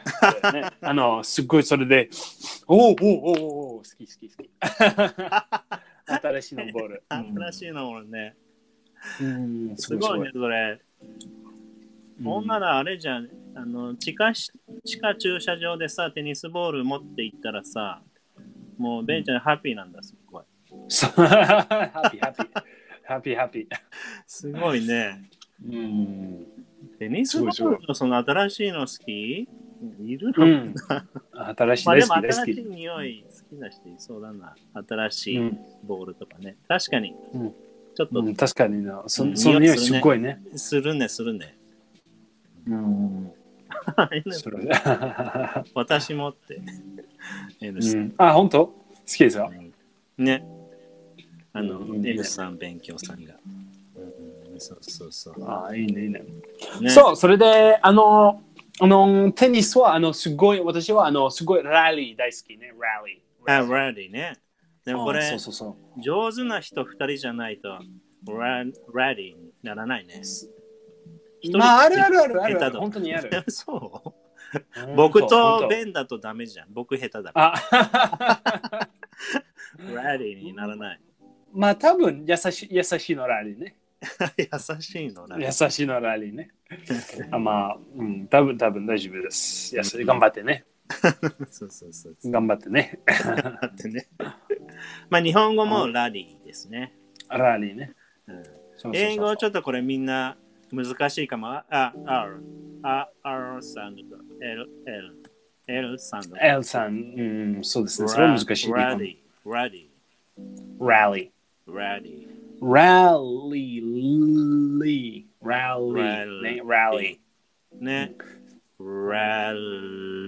[SPEAKER 2] あのすっごいそれでおおおおおお好き好き 好き。新しいのボール。
[SPEAKER 1] 新しいのもね。
[SPEAKER 2] うん、
[SPEAKER 1] すごいね、それ。ほんならあれじゃん、あの地下し地下駐車場でさ、テニスボール持って行ったらさ、もうベンちゃんハッピーなんだ、すごい。
[SPEAKER 2] そうハッピーハッピー。ハッピーハッピー。
[SPEAKER 1] すごいね。
[SPEAKER 2] うん。
[SPEAKER 1] テニスボ
[SPEAKER 2] すごい
[SPEAKER 1] ールのその新しいの好きいる
[SPEAKER 2] う
[SPEAKER 1] の、
[SPEAKER 2] ん、新しい
[SPEAKER 1] まあ
[SPEAKER 2] で
[SPEAKER 1] ですも新
[SPEAKER 2] 好きです
[SPEAKER 1] しい
[SPEAKER 2] き。
[SPEAKER 1] 匂い好きな人いそうだな。新し
[SPEAKER 2] う
[SPEAKER 1] い
[SPEAKER 2] ん
[SPEAKER 1] ボールとかね。確かに、
[SPEAKER 2] うん
[SPEAKER 1] ちょっ
[SPEAKER 2] うん、
[SPEAKER 1] と
[SPEAKER 2] 確かにな。そ
[SPEAKER 1] うん
[SPEAKER 2] その匂
[SPEAKER 1] 匂
[SPEAKER 2] い
[SPEAKER 1] い
[SPEAKER 2] す
[SPEAKER 1] するね
[SPEAKER 2] っごいね。
[SPEAKER 1] するね、する ね。
[SPEAKER 2] うん。それ
[SPEAKER 1] 私もって。L
[SPEAKER 2] う
[SPEAKER 1] さん
[SPEAKER 2] ん、あ、本当好きですよ。
[SPEAKER 1] ね。あの、
[SPEAKER 2] うん
[SPEAKER 1] エルさん勉強さんが。うんそうそうそう。
[SPEAKER 2] あいいね、いいね。
[SPEAKER 1] ね
[SPEAKER 2] そう、それで、あの、あの、テニスは、あの、すごい、私は、あの、すごい、ラリー大好きね、ラリ
[SPEAKER 1] あ、
[SPEAKER 2] ー。
[SPEAKER 1] ラリーね。でもこ
[SPEAKER 2] あそ
[SPEAKER 1] れ
[SPEAKER 2] う、そうそう。
[SPEAKER 1] 上手な人2人じゃないと、ララリーにならないね。一人
[SPEAKER 2] まあ、あるあるあるある
[SPEAKER 1] 下手
[SPEAKER 2] ある。
[SPEAKER 1] だ
[SPEAKER 2] 本当にある。
[SPEAKER 1] そう
[SPEAKER 2] 本当
[SPEAKER 1] 僕
[SPEAKER 2] 本
[SPEAKER 1] と
[SPEAKER 2] 当
[SPEAKER 1] ベンだとダメじゃん。僕下手だから。
[SPEAKER 2] あ
[SPEAKER 1] ラリーにならない。
[SPEAKER 2] まあ、多分優しい、優しいのラリーね。
[SPEAKER 1] 優しいのな。
[SPEAKER 2] 優しいのラリーね。あまあ、うん、多分多分大丈夫です。優しい、頑張ってね。
[SPEAKER 1] そうそうそう。
[SPEAKER 2] 頑張ってね。
[SPEAKER 1] だってね。まあ日本語もラリーですね。
[SPEAKER 2] ラリーね。
[SPEAKER 1] うん
[SPEAKER 2] そうそうそう
[SPEAKER 1] 英語ちょっとこれみんな難しいかも。あ、あ R、あ、R サウンドと L、L、L サウンド。
[SPEAKER 2] L さん、うん、そうですね。それは難しい。
[SPEAKER 1] ラリー、ラリ
[SPEAKER 2] ラリー。
[SPEAKER 1] ー、ラリ
[SPEAKER 2] ラリー。ラリー。ね、ラリ
[SPEAKER 1] ー。ね。ラ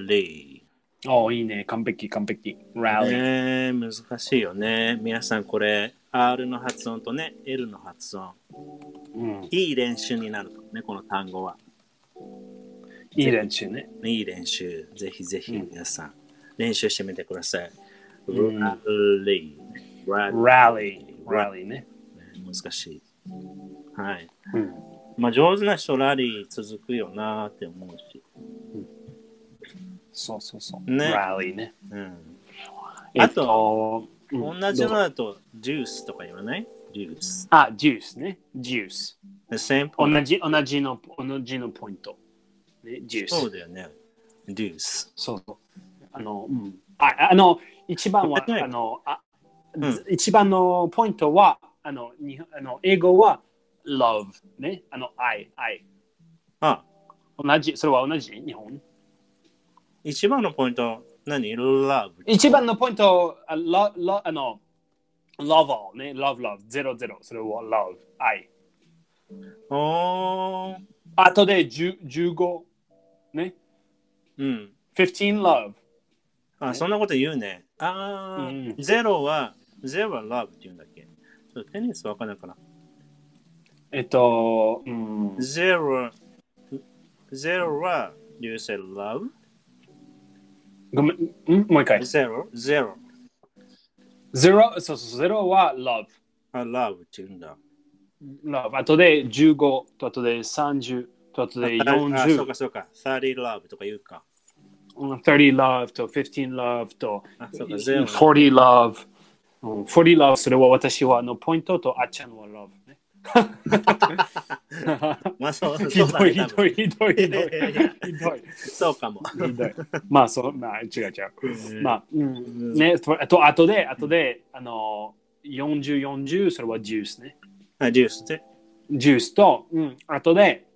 [SPEAKER 1] リ
[SPEAKER 2] ー。おーいいね。完璧、完璧。ラ
[SPEAKER 1] ー。
[SPEAKER 2] リー。
[SPEAKER 1] ね難しいよね。皆さんこれ R の発音とね、L の発音。
[SPEAKER 2] うん、
[SPEAKER 1] いい練習になるとね、この単語は。
[SPEAKER 2] いい練習ね。
[SPEAKER 1] いい練習。ぜひぜひ
[SPEAKER 2] うん
[SPEAKER 1] 皆さん、練習してみてください。
[SPEAKER 2] うん
[SPEAKER 1] ラリー。ラリー。
[SPEAKER 2] ラリー。ラリーね。
[SPEAKER 1] 難しい。はい。
[SPEAKER 2] うん
[SPEAKER 1] まあ、上手な人ラリー続くよなーって思うし。
[SPEAKER 2] そうそうそう。
[SPEAKER 1] ね
[SPEAKER 2] ラリーね。
[SPEAKER 1] うん。
[SPEAKER 2] えっと、うん
[SPEAKER 1] 同じ
[SPEAKER 2] ど
[SPEAKER 1] の
[SPEAKER 2] うぞ
[SPEAKER 1] だと、ジュースとか言わないジュース。
[SPEAKER 2] あ、ジュースね。ジュース。
[SPEAKER 1] The same
[SPEAKER 2] 同
[SPEAKER 1] point.
[SPEAKER 2] じ、同じの、同じのポイント。ね、ジュース。
[SPEAKER 1] そうだよね。ジュース。
[SPEAKER 2] そうそう。あの、うん、ああの、一番は、
[SPEAKER 1] 間違いない
[SPEAKER 2] あの、あ
[SPEAKER 1] うん
[SPEAKER 2] ず一番のポイントは、あの、にあの英語は、love、ね、あの、愛、愛。
[SPEAKER 1] あ、
[SPEAKER 2] 同じ、それは同じ、日本。
[SPEAKER 1] 一番のポイント、何 ?love。
[SPEAKER 2] 一番のポイント、あ、lo, lo, あの、love all、ね、love, love, ゼロゼロ、それは love、愛。
[SPEAKER 1] おー。
[SPEAKER 2] あとで10 15、ね、
[SPEAKER 1] うん。
[SPEAKER 2] 15 love。
[SPEAKER 1] あ、そんなこと言うね。あー、
[SPEAKER 2] うん
[SPEAKER 1] ゼロは、ゼロは love って言うんだっけちょっとテニスわかんないから。
[SPEAKER 2] えっと、うん、
[SPEAKER 1] ゼロ、ゼロは、do you say love?
[SPEAKER 2] ごめん、んもう一回。
[SPEAKER 1] ゼロ、ゼロ。
[SPEAKER 2] ゼロ、そうそう、ゼロは love。
[SPEAKER 1] I love って言うんだ。
[SPEAKER 2] love あとで15とあとで30とあとで
[SPEAKER 1] あそう
[SPEAKER 2] 4030
[SPEAKER 1] かそうか。30 love とか言うか。
[SPEAKER 2] love と15 love と
[SPEAKER 1] あ、そうか、ゼロ。
[SPEAKER 2] 40 love うん40 love それは私はあのポイントとあっちゃんは love ね
[SPEAKER 1] まあそう、
[SPEAKER 2] ひ
[SPEAKER 1] そうだ
[SPEAKER 2] ど
[SPEAKER 1] ね
[SPEAKER 2] いひどいひどいひ どい
[SPEAKER 1] いやいやいや
[SPEAKER 2] ひどい
[SPEAKER 1] そうかも。
[SPEAKER 2] ひどいまあそうまあ違う違うまあうん
[SPEAKER 1] ん
[SPEAKER 2] ねとあとあとであとであの4040それはジュースね
[SPEAKER 1] あ、ジュースって。
[SPEAKER 2] ジュースと、うん、あとで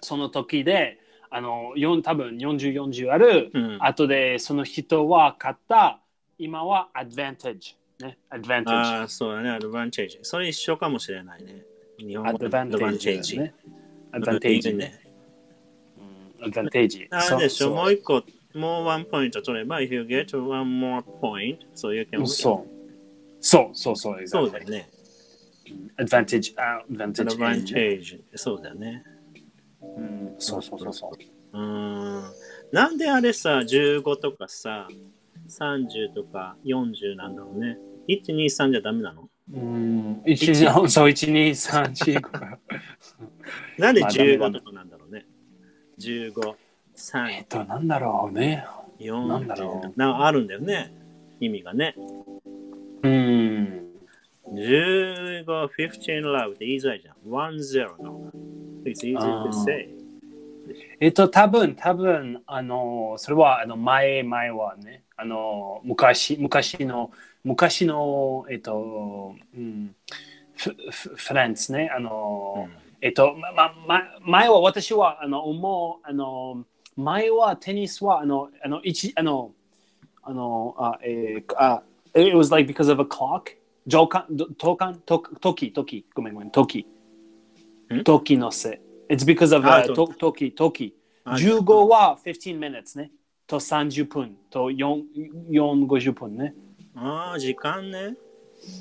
[SPEAKER 2] その時であの4多分4040ある、
[SPEAKER 1] うん
[SPEAKER 2] あとでその人は買った今はアドバンテージねアドバンテージ
[SPEAKER 1] ああ、そうだね、アドバンテージ。それ一緒かもしれないね。日本
[SPEAKER 2] ア
[SPEAKER 1] 語
[SPEAKER 2] ド
[SPEAKER 1] の
[SPEAKER 2] バンテージねア
[SPEAKER 1] ア
[SPEAKER 2] ド
[SPEAKER 1] ドバ
[SPEAKER 2] バン
[SPEAKER 1] ン
[SPEAKER 2] テ
[SPEAKER 1] テ
[SPEAKER 2] ー
[SPEAKER 1] ー
[SPEAKER 2] ジ
[SPEAKER 1] ジ
[SPEAKER 2] ね
[SPEAKER 1] ね。
[SPEAKER 2] アドバンテージ
[SPEAKER 1] なんでしょう、もう
[SPEAKER 2] う
[SPEAKER 1] 一個、もうワンポイント取れば、if you get one more point, so you can
[SPEAKER 2] そうそうそうそう exactly
[SPEAKER 1] そうだよね。
[SPEAKER 2] アドバンテージアドバンテ
[SPEAKER 1] ア
[SPEAKER 2] ージ
[SPEAKER 1] ドバンテージ。そうだよね。
[SPEAKER 2] うんそうそうそうそう
[SPEAKER 1] うーんなんであれさ、15とかさ、30とか40なんだろうね。123じゃダメなの
[SPEAKER 2] うん一時のそう一二三四五
[SPEAKER 1] なんで
[SPEAKER 2] まあダメダ
[SPEAKER 1] 15
[SPEAKER 2] メ
[SPEAKER 1] とかなんだろうね。15、
[SPEAKER 2] えっ
[SPEAKER 1] 3、
[SPEAKER 2] となんだろうね
[SPEAKER 1] 40
[SPEAKER 2] なんだろ
[SPEAKER 1] なんかあるんだよね。意味がね。
[SPEAKER 2] うん
[SPEAKER 1] 15、15 love って言いづらいじゃん。10の。It's easy
[SPEAKER 2] あ
[SPEAKER 1] to
[SPEAKER 2] ー
[SPEAKER 1] say.
[SPEAKER 2] えっと、多分多分あの、それは、あの、前、前はね、あの、昔、昔の、昔の、えっと、うん、フフフランスね、あの、えっと、ま、ま、ま、前は私は、あの、思う、あの、前はテニスは、あの、あの、一、あの、あの、あ、えー、あ、it was like because of a clock? 上官、ど等間、と時、時、ごめんごめん、時。時のせい。It's because of
[SPEAKER 1] あ
[SPEAKER 2] a と時、時。
[SPEAKER 1] あ
[SPEAKER 2] 15は15 minutes ね。と30分、と4、4、50分ね。
[SPEAKER 1] ああ、時間ね。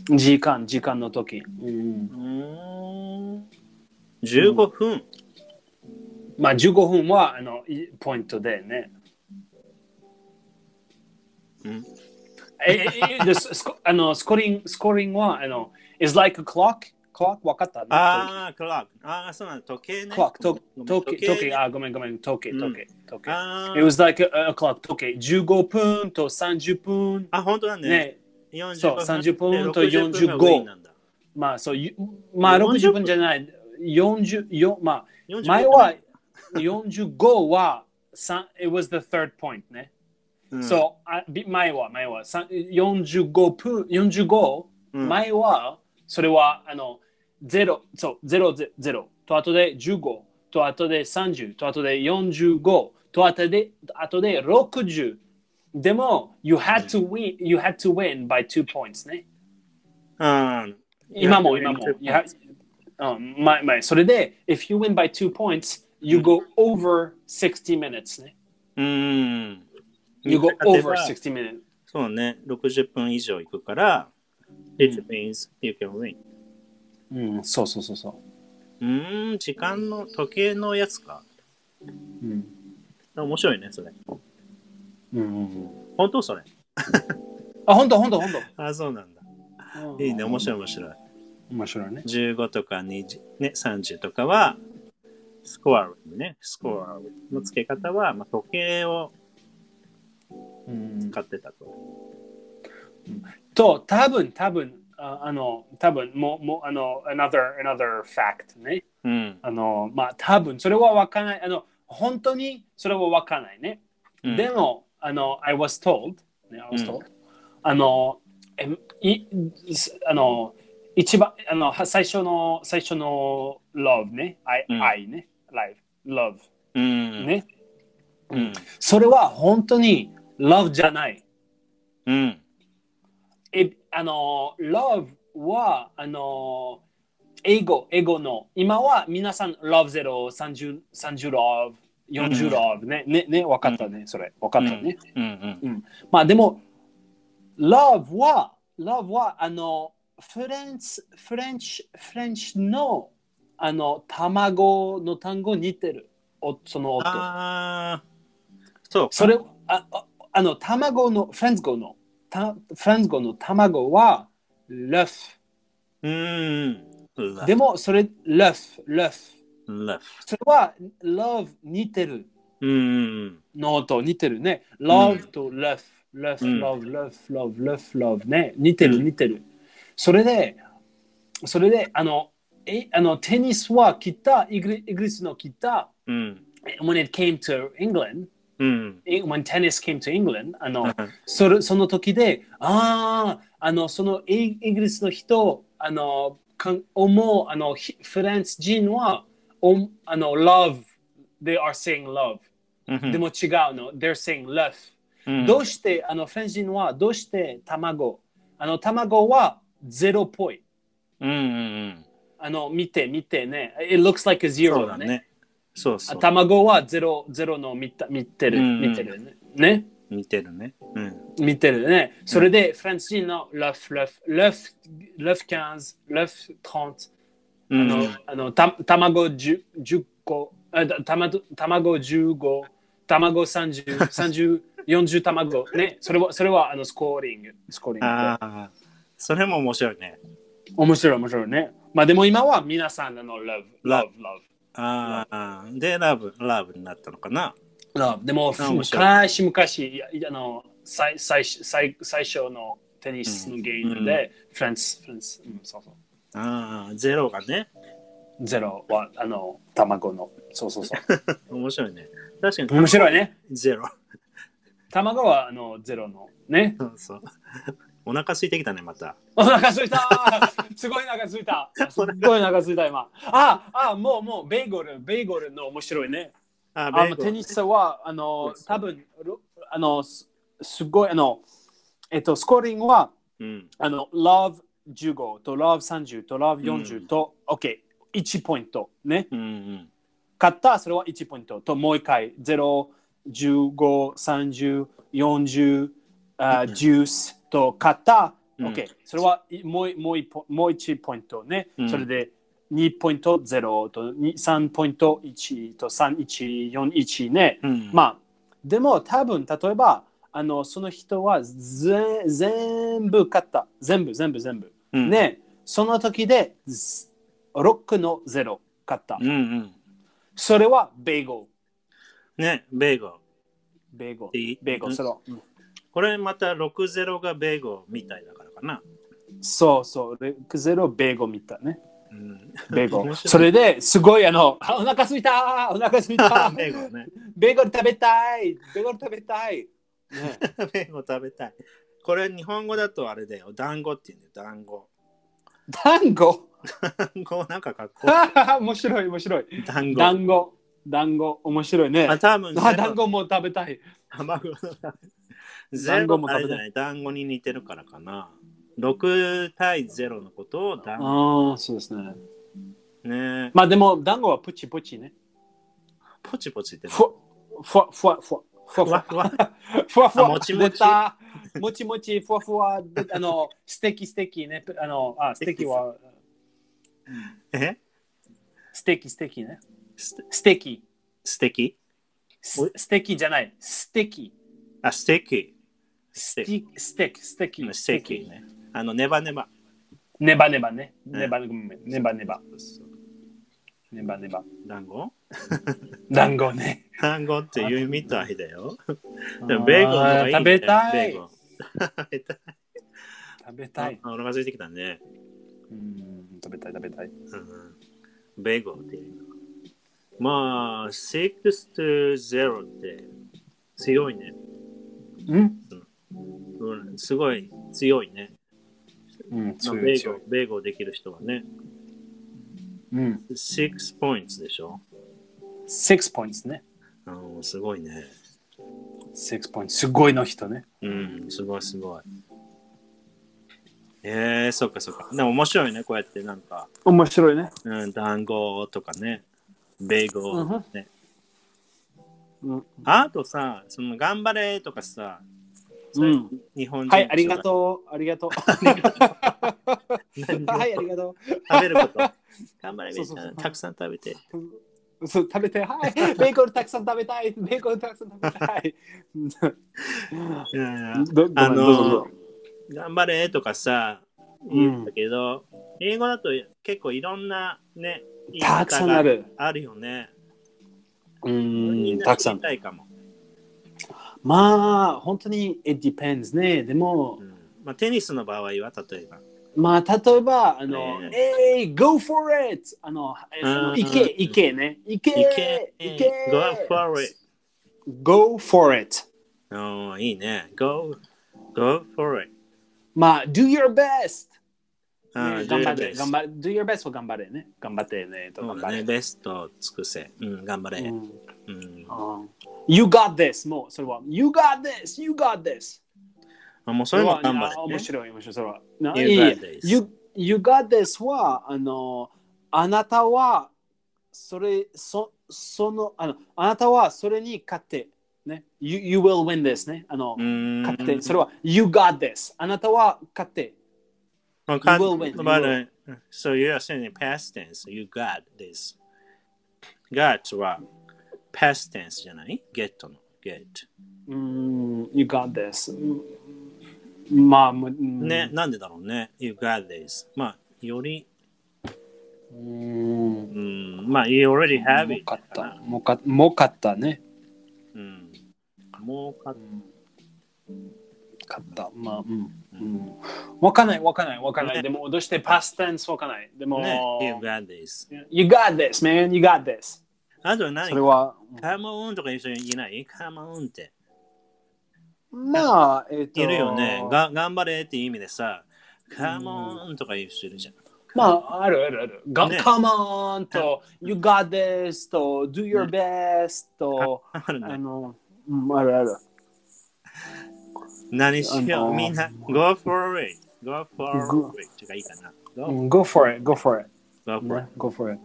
[SPEAKER 2] 時間、時間の時。うん
[SPEAKER 1] うーん。15分。
[SPEAKER 2] まあ、15分はあのいポイントでね。
[SPEAKER 1] うん
[SPEAKER 2] えええでススコあのスコーリングスコーリングはあの、is like a clock? clock わかったね
[SPEAKER 1] ああ、クラック。ああ、そうなんだ。時計ね。
[SPEAKER 2] clock と
[SPEAKER 1] 時
[SPEAKER 2] 時計
[SPEAKER 1] 計
[SPEAKER 2] 時計あごめんごめん時計時計時計。
[SPEAKER 1] あ
[SPEAKER 2] It
[SPEAKER 1] ー
[SPEAKER 2] was like a, a clock 時計15分と30分。
[SPEAKER 1] あ、本当だね。
[SPEAKER 2] ね、
[SPEAKER 1] 40
[SPEAKER 2] そう30分と45
[SPEAKER 1] がウィンなんだ
[SPEAKER 2] まあそうゆまあ60
[SPEAKER 1] 40
[SPEAKER 2] 分じゃない40よまあ
[SPEAKER 1] 45分
[SPEAKER 2] 前は45はさん it was the third point ね。
[SPEAKER 1] うん
[SPEAKER 2] そうあび前は前はさん45分45、
[SPEAKER 1] うん
[SPEAKER 2] 前はそれはあの0そう0ゼ0と後で15と後で30と後で45と後で後で60でも you had to win you had to win by two points ね。
[SPEAKER 1] うん。
[SPEAKER 2] 今も
[SPEAKER 1] You
[SPEAKER 2] 今
[SPEAKER 1] have
[SPEAKER 2] も
[SPEAKER 1] to win。
[SPEAKER 2] いやうん前前それで、if you win by two points, you go over 60 minutes ね。
[SPEAKER 1] うん。
[SPEAKER 2] You go
[SPEAKER 1] 勝て
[SPEAKER 2] over
[SPEAKER 1] ば
[SPEAKER 2] 60 minutes.
[SPEAKER 1] そうね。60分以上いくから、it means you can win.
[SPEAKER 2] うん、そうそうそうそう
[SPEAKER 1] ーん、時間の、時計のやつか。
[SPEAKER 2] う。うん。
[SPEAKER 1] 面白いね、それ。
[SPEAKER 2] うん、
[SPEAKER 1] 本当それ。
[SPEAKER 2] あ、本当本当本
[SPEAKER 1] あ、そうなんだ。
[SPEAKER 2] 当。
[SPEAKER 1] いいね、面白い
[SPEAKER 2] い。
[SPEAKER 1] 面白い。
[SPEAKER 2] 面白いね。
[SPEAKER 1] 15とか20、ね、30とかは、スコアね、スコアの付け方は、まあ、時計を
[SPEAKER 2] うん、
[SPEAKER 1] 使ってたと。
[SPEAKER 2] と、多分多分ああの、多分もう、もう、あの、another, another fact ね。
[SPEAKER 1] うん。
[SPEAKER 2] あの、まあ、多分それはわからない。あの、本当にそれはわからないね。
[SPEAKER 1] うん
[SPEAKER 2] でも、あの、I was told,、ね、I was
[SPEAKER 1] うん
[SPEAKER 2] told、あの、えいあの、一番、あの、は最初の、最初の love ね、I,、
[SPEAKER 1] うん
[SPEAKER 2] I ね、life、love
[SPEAKER 1] うん。
[SPEAKER 2] ね、
[SPEAKER 1] うん。
[SPEAKER 2] それは本当に love じゃない。
[SPEAKER 1] うん。
[SPEAKER 2] え、あの、love は、あの、英語、英語の、今は皆さん love ゼロ、30、30 love、40 love ね、ね、ね、わかったね、それ、わかったね。
[SPEAKER 1] うん。
[SPEAKER 2] まあでも、Love は、Love は、あの、フレンチ、フレンチ、フレンチの、あの、卵の単語似てる。おその音。
[SPEAKER 1] ああ、そうか。
[SPEAKER 2] それ、あああの、卵の、フランス語の、たフランス語の卵は、ルフ。
[SPEAKER 1] うーん。ラ
[SPEAKER 2] でも、それ、ルフ、ルフ。
[SPEAKER 1] フ。ラフ。
[SPEAKER 2] それは、Love 似てる。
[SPEAKER 1] うーん。
[SPEAKER 2] の音似てるね。
[SPEAKER 1] う
[SPEAKER 2] love と love, love,
[SPEAKER 1] うん
[SPEAKER 2] love, love, love, love, love ね。似てる
[SPEAKER 1] うん
[SPEAKER 2] 似てる。それで、それで、あの、えあのテニスは北イギリ、イギリスの北、
[SPEAKER 1] うん。
[SPEAKER 2] when it came to England,
[SPEAKER 1] うん。
[SPEAKER 2] eh, when tennis came to England, あの、それその時で、ああ、あの、そのイイギリスの人、あの、かん思う、あの、ひフランス人は、おあの、love, they are saying love. でも違うの。They're saying love.
[SPEAKER 1] うん、
[SPEAKER 2] ど
[SPEAKER 1] う
[SPEAKER 2] うして、あの、フレンチ人はどうして卵あの、卵はゼロっぽい。
[SPEAKER 1] うんうん
[SPEAKER 2] あの、見て、見てね。It looks like a
[SPEAKER 1] うん。そ
[SPEAKER 2] zero
[SPEAKER 1] うだ
[SPEAKER 2] だね。
[SPEAKER 1] ね。そうそう。
[SPEAKER 2] 卵はゼロ、ゼロの見た見てる、
[SPEAKER 1] うん
[SPEAKER 2] 見てるね。ね
[SPEAKER 1] 似てるね。うん。
[SPEAKER 2] 見てるね。それで、フレンチ人の love, love, love, love 15、love 30。
[SPEAKER 1] う
[SPEAKER 2] あ
[SPEAKER 1] ん。
[SPEAKER 2] の、あのた卵 10, 10個、あた卵卵15、卵30、30 40卵ね、それはそれはあのスコーリング、スコーリン
[SPEAKER 1] ああ、それも面白いね。
[SPEAKER 2] グ。面白い面白いね。まあでも今は皆さんあの love、love、
[SPEAKER 1] ああ、で、ラブ、ラブになったのかな。
[SPEAKER 2] love、love。でも
[SPEAKER 1] あ面白い
[SPEAKER 2] 昔昔いやあの最最最最初のテニスのゲームで、フランスフランス、うん、そうそう。
[SPEAKER 1] ああ、ゼロがね。
[SPEAKER 2] ゼロはあの卵の、そうそうそ
[SPEAKER 1] 面白いね。確
[SPEAKER 2] う。
[SPEAKER 1] か
[SPEAKER 2] 面白いね。
[SPEAKER 1] に、ゼロ。
[SPEAKER 2] 卵はあのゼロのね。
[SPEAKER 1] そうそう。お腹空いてきたね、また。
[SPEAKER 2] お腹すいたすごいお腹すい たすっごいお腹すいた今ああもうもうベーグルベーグルの面白いね
[SPEAKER 1] あ
[SPEAKER 2] あ
[SPEAKER 1] ベー
[SPEAKER 2] の
[SPEAKER 1] グ
[SPEAKER 2] テ
[SPEAKER 1] ル
[SPEAKER 2] ニスはあの多分ろあのすすごいあのえっとスコーリングは
[SPEAKER 1] うん。
[SPEAKER 2] あの Love15 と Love30 と
[SPEAKER 1] う
[SPEAKER 2] Love40
[SPEAKER 1] ん
[SPEAKER 2] と、OK1 ポイントね
[SPEAKER 1] うんうん。
[SPEAKER 2] 勝ったそれは1ポイントともう一回0153040あ
[SPEAKER 1] うん
[SPEAKER 2] ジュースと勝った、
[SPEAKER 1] うん
[SPEAKER 2] OK それはいもうもう一ポもう1ポイントね、
[SPEAKER 1] うん
[SPEAKER 2] それで2.0とに3.1と3141ね。
[SPEAKER 1] うんあ、
[SPEAKER 2] まあ、でも多分、例えば、あの、その人はぜ全部買った。全部、全部、全部。
[SPEAKER 1] うん、。
[SPEAKER 2] ね、その時で6の0買った
[SPEAKER 1] う。んうん。
[SPEAKER 2] それはベーゴ
[SPEAKER 1] ね、ベーゴ
[SPEAKER 2] ル。ベーゴ
[SPEAKER 1] ル。
[SPEAKER 2] ル。
[SPEAKER 1] いい
[SPEAKER 2] ベーゴ
[SPEAKER 1] う
[SPEAKER 2] ル。
[SPEAKER 1] ん
[SPEAKER 2] そのうん
[SPEAKER 1] これまた60がベーゴルみたいだからかな。
[SPEAKER 2] そうそう、6-0ベーゴルみたいね。
[SPEAKER 1] うん。
[SPEAKER 2] ベーゴ
[SPEAKER 1] 面
[SPEAKER 2] ル。
[SPEAKER 1] 白い
[SPEAKER 2] それですごいあの、あお腹すいたお腹す いた
[SPEAKER 1] ベーゴルね。
[SPEAKER 2] ベーゴル食べたいベーゴル食べた い、ね、
[SPEAKER 1] ベーゴル食べたい。これ日本語だとあれだよ。団子って言うんだよ。団子。
[SPEAKER 2] 団子
[SPEAKER 1] 団子なんかかっこ
[SPEAKER 2] 面白い面白い
[SPEAKER 1] いい。団子。
[SPEAKER 2] 団子団子面白いね
[SPEAKER 1] あ、多分
[SPEAKER 2] あ団子も食べたい
[SPEAKER 1] 卵の中に
[SPEAKER 2] 団子も
[SPEAKER 1] ゼロあ
[SPEAKER 2] 食
[SPEAKER 1] れ
[SPEAKER 2] べ
[SPEAKER 1] じ
[SPEAKER 2] た
[SPEAKER 1] ゃない団子に似てるからかな。6対0のことを団子
[SPEAKER 2] ああそうですね
[SPEAKER 1] ね。
[SPEAKER 2] まあでも団子はプチプチね
[SPEAKER 1] ポチポチってね。
[SPEAKER 2] ふわふわふわふ
[SPEAKER 1] ふ
[SPEAKER 2] わふ
[SPEAKER 1] わ
[SPEAKER 2] わ
[SPEAKER 1] ふわ。
[SPEAKER 2] ふわふ
[SPEAKER 1] あ
[SPEAKER 2] わ
[SPEAKER 1] もちもち
[SPEAKER 2] 出たもちもちふわふわであのステーキステーキねあのあステーキは
[SPEAKER 1] え
[SPEAKER 2] ステーキステーキね
[SPEAKER 1] す
[SPEAKER 2] ステーキ
[SPEAKER 1] 素敵お
[SPEAKER 2] スステーキじゃないステーキ
[SPEAKER 1] あ、素敵
[SPEAKER 2] ステーキ、ステーキ、ステーキ、
[SPEAKER 1] 素敵ね。あの、ネバネバ。
[SPEAKER 2] ネバネバね。
[SPEAKER 1] うん
[SPEAKER 2] ネバネバ、ごめんネバネバ、ネバネバ。
[SPEAKER 1] 団子
[SPEAKER 2] 団子ね。
[SPEAKER 1] 団子っていうみたいだよ。でもベーグルの方がいいね、
[SPEAKER 2] あー食べた
[SPEAKER 1] ベー
[SPEAKER 2] い
[SPEAKER 1] グ。ル食べたい。
[SPEAKER 2] 食べたい。
[SPEAKER 1] あお腹空いてきたね。
[SPEAKER 2] うん、食べたい、食べたい。
[SPEAKER 1] うんベーグルっていうの。まあ、6 to 0って強いね。
[SPEAKER 2] うん
[SPEAKER 1] うん、すごい強いね。
[SPEAKER 2] うん、
[SPEAKER 1] まあ、
[SPEAKER 2] 強
[SPEAKER 1] ベ
[SPEAKER 2] い、
[SPEAKER 1] ー
[SPEAKER 2] 強い
[SPEAKER 1] グ。ル、ベーグルできる人はね。
[SPEAKER 2] うん。
[SPEAKER 1] 6 points でしょ。
[SPEAKER 2] 6ポイントね。
[SPEAKER 1] うん、すごいね。
[SPEAKER 2] 6ポイント。すごいの人ね。
[SPEAKER 1] うん、すごいすごい。えー、そっかそっか。でも面白いね、こうやってなんか、
[SPEAKER 2] 面白いね。
[SPEAKER 1] うん、団子とかね、ベーグルとかね。
[SPEAKER 2] うん。
[SPEAKER 1] あとさ、その頑張れとかさ、
[SPEAKER 2] うん
[SPEAKER 1] 日本人
[SPEAKER 2] はい、ありがとう。ありがとう。
[SPEAKER 1] 何を
[SPEAKER 2] はい、ありがと
[SPEAKER 1] 食べること。頑張れ、み
[SPEAKER 2] そうそ
[SPEAKER 1] ん
[SPEAKER 2] うそう
[SPEAKER 1] な。たくさん食べて。
[SPEAKER 2] う。そう食べて、はい。ベーコンたくさん食べたい。ベーコンたくさん食べたい。
[SPEAKER 1] あ
[SPEAKER 2] どごめんどうぞどう
[SPEAKER 1] の
[SPEAKER 2] ぞ、
[SPEAKER 1] 頑張れとかさ、言うんだけど、英語だと結構いろんなね、言い方が
[SPEAKER 2] たくさんあ。る。
[SPEAKER 1] あるよね。
[SPEAKER 2] う
[SPEAKER 1] み
[SPEAKER 2] ん、
[SPEAKER 1] な
[SPEAKER 2] たくさ
[SPEAKER 1] 知
[SPEAKER 2] ん
[SPEAKER 1] り。たいかも。
[SPEAKER 2] まあ、本当に、it depends ね。でも
[SPEAKER 1] う、んまあ、テニスの場合は、例えば。
[SPEAKER 2] まあ、例えば、あの、
[SPEAKER 1] ね
[SPEAKER 2] えい、go for it! あの、え
[SPEAKER 1] うん
[SPEAKER 2] 行け、行けね。行け
[SPEAKER 1] いけ、
[SPEAKER 2] 行け
[SPEAKER 1] go for it。
[SPEAKER 2] !go for it!
[SPEAKER 1] おーいいね。go, go for it.
[SPEAKER 2] まあ、do your best!
[SPEAKER 1] あ
[SPEAKER 2] ね
[SPEAKER 1] ー
[SPEAKER 2] 頑張れ、
[SPEAKER 1] do your best
[SPEAKER 2] 頑張れ、do your best を頑張れね。頑張ってね、と
[SPEAKER 1] そう
[SPEAKER 2] 頑
[SPEAKER 1] だ
[SPEAKER 2] 張
[SPEAKER 1] ね、
[SPEAKER 2] れ。
[SPEAKER 1] ベストを尽くせ。うん、頑張れ。
[SPEAKER 2] う
[SPEAKER 1] うんん
[SPEAKER 2] うん you got this! もう、それは、you got this! you got this!
[SPEAKER 1] あもうそれも頑張
[SPEAKER 2] あ面
[SPEAKER 1] れ、ね。
[SPEAKER 2] 白い、面白い。それは。な
[SPEAKER 1] You
[SPEAKER 2] いい
[SPEAKER 1] got this.
[SPEAKER 2] you, you got this は、あの、あなたは、それ、そその、あの、あなたはそれに勝って、ね。You, you will win this ね。あの
[SPEAKER 1] う、ん。
[SPEAKER 2] 勝って、それは、You got this。あなたは勝って。
[SPEAKER 1] まあ、か
[SPEAKER 2] You will win.
[SPEAKER 1] まあね so you are saying in past tense, you got this. got は past tense じゃない ?get の get。
[SPEAKER 2] うーん、You got this。うんまあ、もううん
[SPEAKER 1] ね、なんでだろうね。you got this. まあ、より、
[SPEAKER 2] うーん。
[SPEAKER 1] うん、まあ、you already have it.
[SPEAKER 2] もかった。もかもかったね。
[SPEAKER 1] うん。もうかっ
[SPEAKER 2] かった。まあ、うん。うんわかんない、わかんない、わかんな
[SPEAKER 1] ね
[SPEAKER 2] い。でも、どうしてパステンスわかんない。でも、
[SPEAKER 1] ね。you got this.
[SPEAKER 2] You got this, man. You got this.
[SPEAKER 1] あと何
[SPEAKER 2] それは、
[SPEAKER 1] カモンとかいう人いないカモンって。
[SPEAKER 2] まあ、えっと、
[SPEAKER 1] いるよね。が頑張れっていう意味でさ、カモンとかいう人いるじゃん。
[SPEAKER 2] まあ、あるあるある。が
[SPEAKER 1] ね
[SPEAKER 2] Come on と、You got this と、Do your best と、
[SPEAKER 1] ある
[SPEAKER 2] あ
[SPEAKER 1] ね。
[SPEAKER 2] の、うんあるある。
[SPEAKER 1] 何しよ
[SPEAKER 2] あ
[SPEAKER 1] う。
[SPEAKER 2] の
[SPEAKER 1] みんな、go for it. go for
[SPEAKER 2] Go-
[SPEAKER 1] it. とかいいかな。
[SPEAKER 2] う
[SPEAKER 1] go,
[SPEAKER 2] ん Go for it, go for it.
[SPEAKER 1] go for
[SPEAKER 2] ね Go for it.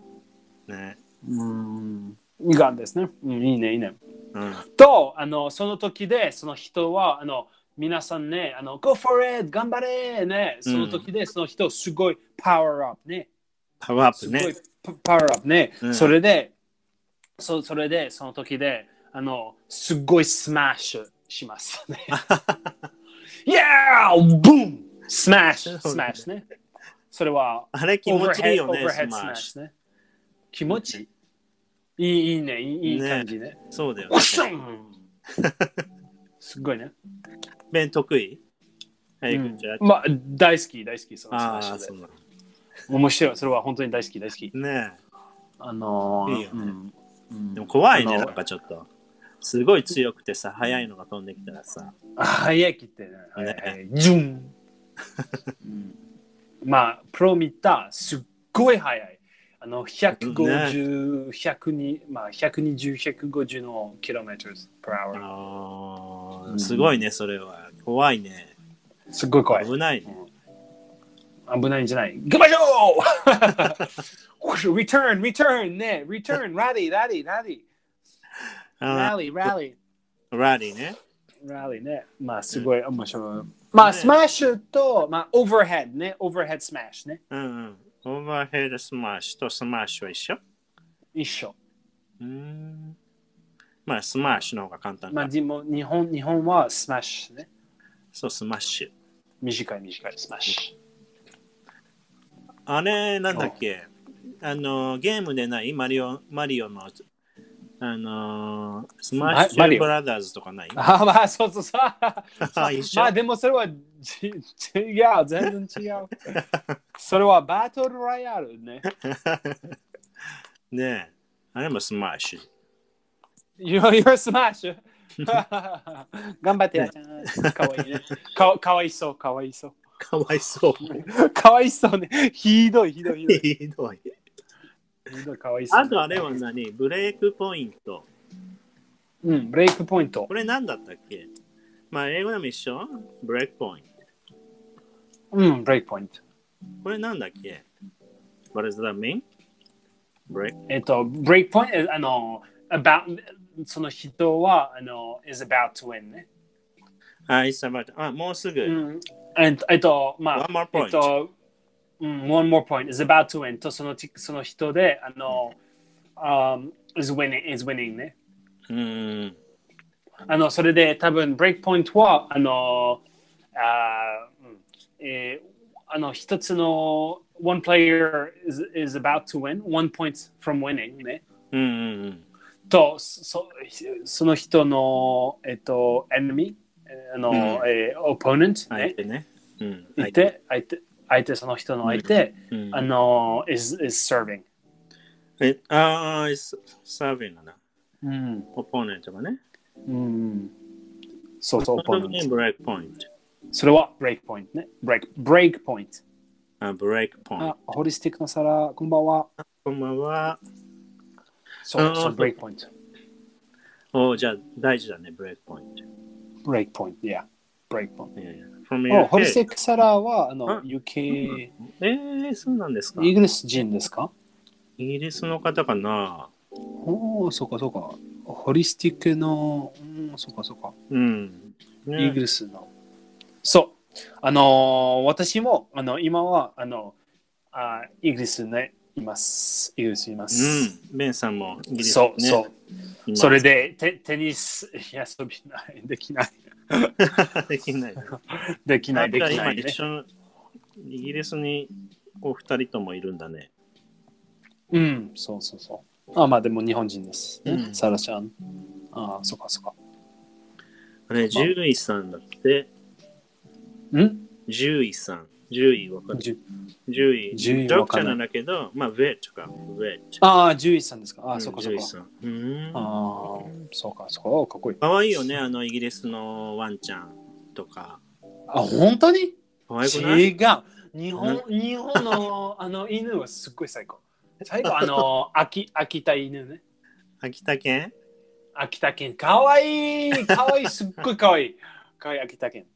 [SPEAKER 1] it. ね。
[SPEAKER 2] うん。You got this ね。うんいいね、いいね。
[SPEAKER 1] うん。
[SPEAKER 2] とあのその時でその人はあの皆さんねあの Go for it 頑張れねその時でその人すごいパワーアップね、
[SPEAKER 1] パワーアッ
[SPEAKER 2] す
[SPEAKER 1] プ
[SPEAKER 2] ごい
[SPEAKER 1] ね。
[SPEAKER 2] パパワーアップね、
[SPEAKER 1] うん
[SPEAKER 2] それでそそれでその時であのすっごいスマッシュしますねイエーブーンスマッ シュ
[SPEAKER 1] そう
[SPEAKER 2] スマ
[SPEAKER 1] だね
[SPEAKER 2] ッシュねそれは
[SPEAKER 1] あれ気持ちいいよね、スマッシ
[SPEAKER 2] ュね気持ちいいいいいいねいいいい
[SPEAKER 1] ね
[SPEAKER 2] 感じね
[SPEAKER 1] ュ。そうだよ
[SPEAKER 2] お
[SPEAKER 1] ね
[SPEAKER 2] っ。しょんすっごいね、
[SPEAKER 1] 弁得意は
[SPEAKER 2] う
[SPEAKER 1] い、
[SPEAKER 2] ん
[SPEAKER 1] じゃあ。
[SPEAKER 2] まあ大好き大好きそのスマ
[SPEAKER 1] あ
[SPEAKER 2] ッシ
[SPEAKER 1] あ、
[SPEAKER 2] ュで
[SPEAKER 1] そうな
[SPEAKER 2] 面白いそれは本当に大好き大好き
[SPEAKER 1] のね
[SPEAKER 2] あのー
[SPEAKER 1] いいよね
[SPEAKER 2] うんうん
[SPEAKER 1] え。でも怖い
[SPEAKER 2] あ
[SPEAKER 1] ね、
[SPEAKER 2] の
[SPEAKER 1] なんかちょっと。すごい強くてさ、速いのが飛んできたらさ。
[SPEAKER 2] あ早きってね。はいはいジュン。うんまあ、プロ見た、すっごい早い。あの、150、120、まあ、120、150のキロメートル per hour。
[SPEAKER 1] あ
[SPEAKER 2] う
[SPEAKER 1] あ、
[SPEAKER 2] ん
[SPEAKER 1] すごいね、それは。怖いね。
[SPEAKER 2] すっごい怖い。
[SPEAKER 1] 危ないね。
[SPEAKER 2] 危ないんじゃない。行きましょう !Return, return, ね。Return, rally, rally, rally,
[SPEAKER 1] あ
[SPEAKER 2] rally, rally.
[SPEAKER 1] ーラリーね。
[SPEAKER 2] ラリーね。まあ、すごい面白い。まあ、
[SPEAKER 1] ね
[SPEAKER 2] スマッシュと、まあ、オーバーヘッドね。オーバーヘッドスマッシュね。
[SPEAKER 1] うんうん。オーバーヘッドスマッシュとスマッシュは一緒
[SPEAKER 2] 一緒。
[SPEAKER 1] うーん。まあ、スマッシュの方が簡単
[SPEAKER 2] まあ、
[SPEAKER 1] か。
[SPEAKER 2] でも日本日本はスマッシュね。
[SPEAKER 1] そう、スマッシュ。
[SPEAKER 2] 短い短いスマッシ
[SPEAKER 1] あれ、なんだっけあの、ゲームでないマリオ、マリオの、あのー、スマッシ
[SPEAKER 2] ママリ
[SPEAKER 1] ュ
[SPEAKER 2] オ
[SPEAKER 1] ブラザーズとかない
[SPEAKER 2] ュ。あまあ、そうそうそ う。
[SPEAKER 1] あ一緒
[SPEAKER 2] まあでもそれはじ違う、全然 違う。それはバトルロイヤルね。
[SPEAKER 1] ねえ。あれもスマッシュ。
[SPEAKER 2] You're, you're smash! 頑張ってやかわいいね。かかわいそう、かわい そ
[SPEAKER 1] かわいそう。
[SPEAKER 2] う。かわいそうね。ひどい、ひどい、ひどい。
[SPEAKER 1] ひどい。
[SPEAKER 2] ひどいかわいそう。
[SPEAKER 1] あとあれは何ブレイクポイント。
[SPEAKER 2] うん、ブレイクポイント
[SPEAKER 1] こ。れ何だったっけまあ、英語でも一緒ブレイクポイント。
[SPEAKER 2] うん、ブレイクポイント。
[SPEAKER 1] これなんだっけ ?What does that mean? ブレイク
[SPEAKER 2] えっと、ブレイクポイント、あの、about, その人は、あの、is about to win Mm. ね。
[SPEAKER 1] あ、いさばあ、もうすぐ。
[SPEAKER 2] うん、えっとえっと、まあ、
[SPEAKER 1] Hmm. One more point.
[SPEAKER 2] えっと、うん、one mm, more point is about to win とそのちその人で、あの、um, is winning, is winning ね。
[SPEAKER 1] うん。
[SPEAKER 2] あの、それで多分、ブレイクポイントは、あの、あーうんえーあの、一つの、one player is, is about to win, one point from winning ね。
[SPEAKER 1] うんうんうん。
[SPEAKER 2] とそその人の、えっと、enemy えーあの、
[SPEAKER 1] うん
[SPEAKER 2] えー、opponent
[SPEAKER 1] 相
[SPEAKER 2] ね、
[SPEAKER 1] 手ね。うん。
[SPEAKER 2] い、て相手相手その人の相手、
[SPEAKER 1] うん
[SPEAKER 2] あの is is serving、
[SPEAKER 1] え、ああ、サービンだな。
[SPEAKER 2] うん
[SPEAKER 1] オポネントがね。
[SPEAKER 2] うん、そうそう
[SPEAKER 1] オポネ
[SPEAKER 2] opponent
[SPEAKER 1] ブレイクポイント。
[SPEAKER 2] それは break point ね break break point
[SPEAKER 1] あ、ブレイクポイン
[SPEAKER 2] あ
[SPEAKER 1] ト。
[SPEAKER 2] ホリスティックの皿こんばんは
[SPEAKER 1] こんばんは。
[SPEAKER 2] そう
[SPEAKER 1] あー
[SPEAKER 2] そう break point
[SPEAKER 1] おじゃあ大事だね、ブレイクポイント。
[SPEAKER 2] break point yeah break point
[SPEAKER 1] いやいや From
[SPEAKER 2] おホリス
[SPEAKER 1] UK
[SPEAKER 2] ティック皿はあ
[SPEAKER 1] あ
[SPEAKER 2] の UK
[SPEAKER 1] えー、そうなんですか
[SPEAKER 2] イギリス人ですか
[SPEAKER 1] イギリスの方かな
[SPEAKER 2] おお、そうかそうか。ホリスティックの、うん、そうかそうか。
[SPEAKER 1] うん。
[SPEAKER 2] イ
[SPEAKER 1] ね
[SPEAKER 2] ギリスの。そう。あのー私も、あの、今は、あの、あイギリスね、います。イギリスいます。
[SPEAKER 1] うん。ベンさんもイギリス、ね
[SPEAKER 2] そ、うそう。
[SPEAKER 1] 今
[SPEAKER 2] それでテ、テニス遊びない、できない。
[SPEAKER 1] できない。
[SPEAKER 2] できない、でき
[SPEAKER 1] あじゃ
[SPEAKER 2] な
[SPEAKER 1] あ今
[SPEAKER 2] い、ね
[SPEAKER 1] 一。緒のイギリスにお二人ともいるんだね。
[SPEAKER 2] うん、そうそうそう。あ、まあでも日本人です。ね
[SPEAKER 1] うん
[SPEAKER 2] サラちゃん。あそうかそうか。
[SPEAKER 1] あれ、獣医さんだって、
[SPEAKER 2] ん
[SPEAKER 1] 獣医さん。獣医わかる
[SPEAKER 2] じゅ
[SPEAKER 1] 獣医。
[SPEAKER 2] 獣医
[SPEAKER 1] ド
[SPEAKER 2] わ
[SPEAKER 1] クタ
[SPEAKER 2] か
[SPEAKER 1] ー
[SPEAKER 2] ん
[SPEAKER 1] な
[SPEAKER 2] ない
[SPEAKER 1] んだけど、まあ、ベットか。ベット。
[SPEAKER 2] ああ、獣医さんですか。あ、
[SPEAKER 1] うん
[SPEAKER 2] そうかそう
[SPEAKER 1] 獣
[SPEAKER 2] か
[SPEAKER 1] 医。さん。うん。
[SPEAKER 2] ああ、そうかそうか。おかっこいい。
[SPEAKER 1] かわいいよね、あのイギリスのワンちゃんとか。
[SPEAKER 2] あ、本当に
[SPEAKER 1] かわいくない
[SPEAKER 2] 違う。日本、日本のあの犬はすっごい最高。最後、あの、秋秋田犬ね。
[SPEAKER 1] 秋田県
[SPEAKER 2] 秋田犬、かわいいかわいいすっごいかわいいかわいい秋田犬。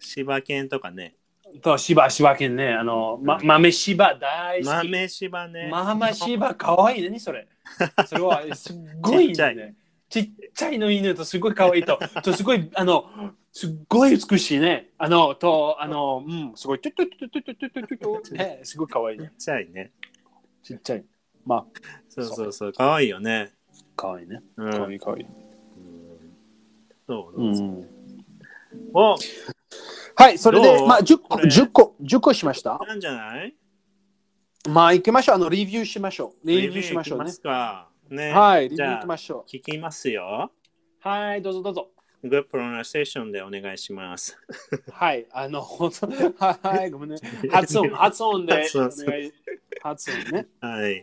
[SPEAKER 1] 芝県とかね。
[SPEAKER 2] と、芝、芝犬ね。あの、ま、豆芝大好き。
[SPEAKER 1] 豆芝ね。
[SPEAKER 2] 豆芝かわいい。何それそれは、すっごい
[SPEAKER 1] ちっちゃ
[SPEAKER 2] ね。ちっちゃいの犬とすごいかわいいと、とすごい、あの、すっごい美しいね。あの、と、あの、うん、すごい、トゥトゥトゥトゥトゥトゥトゥトゥトゥね、すごい可愛い
[SPEAKER 1] ち。っちゃいね。
[SPEAKER 2] ちっちゃい。まあ、
[SPEAKER 1] そうそうそう、かわいいよね。
[SPEAKER 2] 可愛いね。
[SPEAKER 1] うん。
[SPEAKER 2] 可愛い可愛
[SPEAKER 1] う
[SPEAKER 2] い。
[SPEAKER 1] んそうそ
[SPEAKER 2] う。
[SPEAKER 1] うそうんお
[SPEAKER 2] はい、それ
[SPEAKER 1] ど
[SPEAKER 2] で、
[SPEAKER 1] う
[SPEAKER 2] まあ、10個、
[SPEAKER 1] これ
[SPEAKER 2] 10個、10個しました。
[SPEAKER 1] なんじゃない
[SPEAKER 2] まあ、行きましょう。あの、レビューしましょう。レビューしましょう
[SPEAKER 1] レビュー行きま
[SPEAKER 2] ね。
[SPEAKER 1] すか。ね。
[SPEAKER 2] はい、レビ
[SPEAKER 1] じ
[SPEAKER 2] ュー
[SPEAKER 1] ゃあ
[SPEAKER 2] 行きましょ
[SPEAKER 1] 聞きますよ。
[SPEAKER 2] う。はい、どうぞどうぞ。
[SPEAKER 1] Good pronunciation でお願いします。
[SPEAKER 2] はい、あの、本当はい、ごめんね。発音、 発音で。
[SPEAKER 1] 発音そう
[SPEAKER 2] お願い発音ね。
[SPEAKER 1] はい。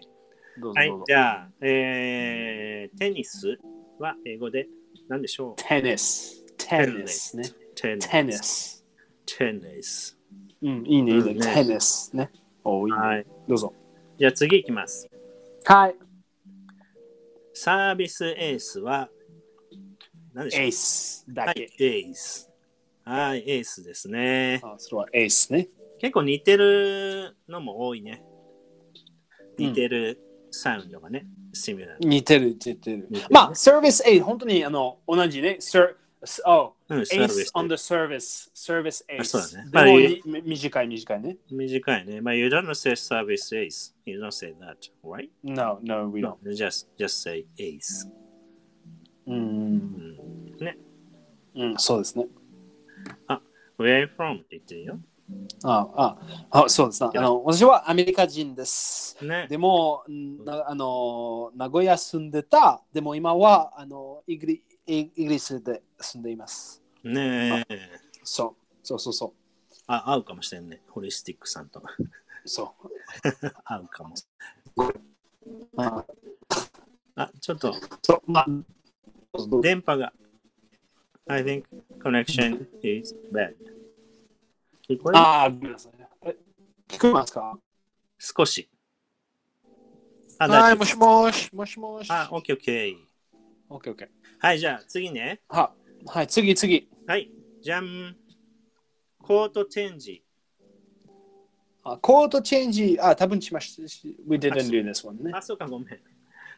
[SPEAKER 2] どうぞ
[SPEAKER 1] はい
[SPEAKER 2] どう、ぞ
[SPEAKER 1] じ。ゃあ、えー、テニスは英語で何でしょう
[SPEAKER 2] テニス。テニスね。
[SPEAKER 1] テニス。
[SPEAKER 2] テニス。
[SPEAKER 1] テニス。
[SPEAKER 2] うん、いいね、いい
[SPEAKER 1] うん
[SPEAKER 2] ね。
[SPEAKER 1] ね
[SPEAKER 2] テニスね。おいいね。
[SPEAKER 1] はい。
[SPEAKER 2] どうぞ。
[SPEAKER 1] じゃあ次いきます。
[SPEAKER 2] はい。
[SPEAKER 1] サービスエースは何でしょう
[SPEAKER 2] エースだ
[SPEAKER 1] はい
[SPEAKER 2] け。、
[SPEAKER 1] エース。はい、エースですね。
[SPEAKER 2] あ、それはエースね。
[SPEAKER 1] 結構似てるのも多いね。似てるサウンドがね、シミュラー。
[SPEAKER 2] 似てる、似てる
[SPEAKER 1] 似てる。
[SPEAKER 2] まあ、サービスエース、本当にあの同じね。サーお
[SPEAKER 1] うん、サ
[SPEAKER 2] エ
[SPEAKER 1] ー
[SPEAKER 2] ー
[SPEAKER 1] ビ
[SPEAKER 2] ス
[SPEAKER 1] ス。
[SPEAKER 2] on the service, service エー
[SPEAKER 1] そうだね
[SPEAKER 2] ス。
[SPEAKER 1] まあ
[SPEAKER 2] でも
[SPEAKER 1] い
[SPEAKER 2] み短い、短いね。
[SPEAKER 1] 短いね。まあ、you don't say service ace. You don't say that, right?
[SPEAKER 2] No, no, we don't.
[SPEAKER 1] No, you just, just say ace.
[SPEAKER 2] うん、うん、そうですね。
[SPEAKER 1] Where are you from? って言ってるよ。
[SPEAKER 2] ああ、あ、そうですね。あの、私はアメリカ人です。
[SPEAKER 1] ね。
[SPEAKER 2] でも、んなあの、名古屋住んでた、でも今は、あの、イギリイイギリスで住んでいます。
[SPEAKER 1] ねえ。
[SPEAKER 2] そう、そうそうそ
[SPEAKER 1] あ、合うかもしれんね。ホリスティックさんと。
[SPEAKER 2] う。そう。
[SPEAKER 1] 合うかも。
[SPEAKER 2] まあ、
[SPEAKER 1] あ、ちょっと
[SPEAKER 2] そう、まあ、どうぞどうぞ
[SPEAKER 1] 電波が。I think connection is bad. 聞こえる
[SPEAKER 2] ああ、ごめんなさい。え聞こえますか
[SPEAKER 1] 少し。あ、
[SPEAKER 2] は
[SPEAKER 1] 大
[SPEAKER 2] い、
[SPEAKER 1] 丈夫
[SPEAKER 2] も。しもし、もしもし。
[SPEAKER 1] あ、オッケーオッケー。
[SPEAKER 2] オッケーオッケー。
[SPEAKER 1] はい、じゃあ次ね。
[SPEAKER 2] は、はい、次、次。
[SPEAKER 1] はい、じゃん。コートチェンジ。
[SPEAKER 2] あコートチェンジ、あ、多分しました。し We didn't do this one ね。
[SPEAKER 1] あ、そうか、ごめん。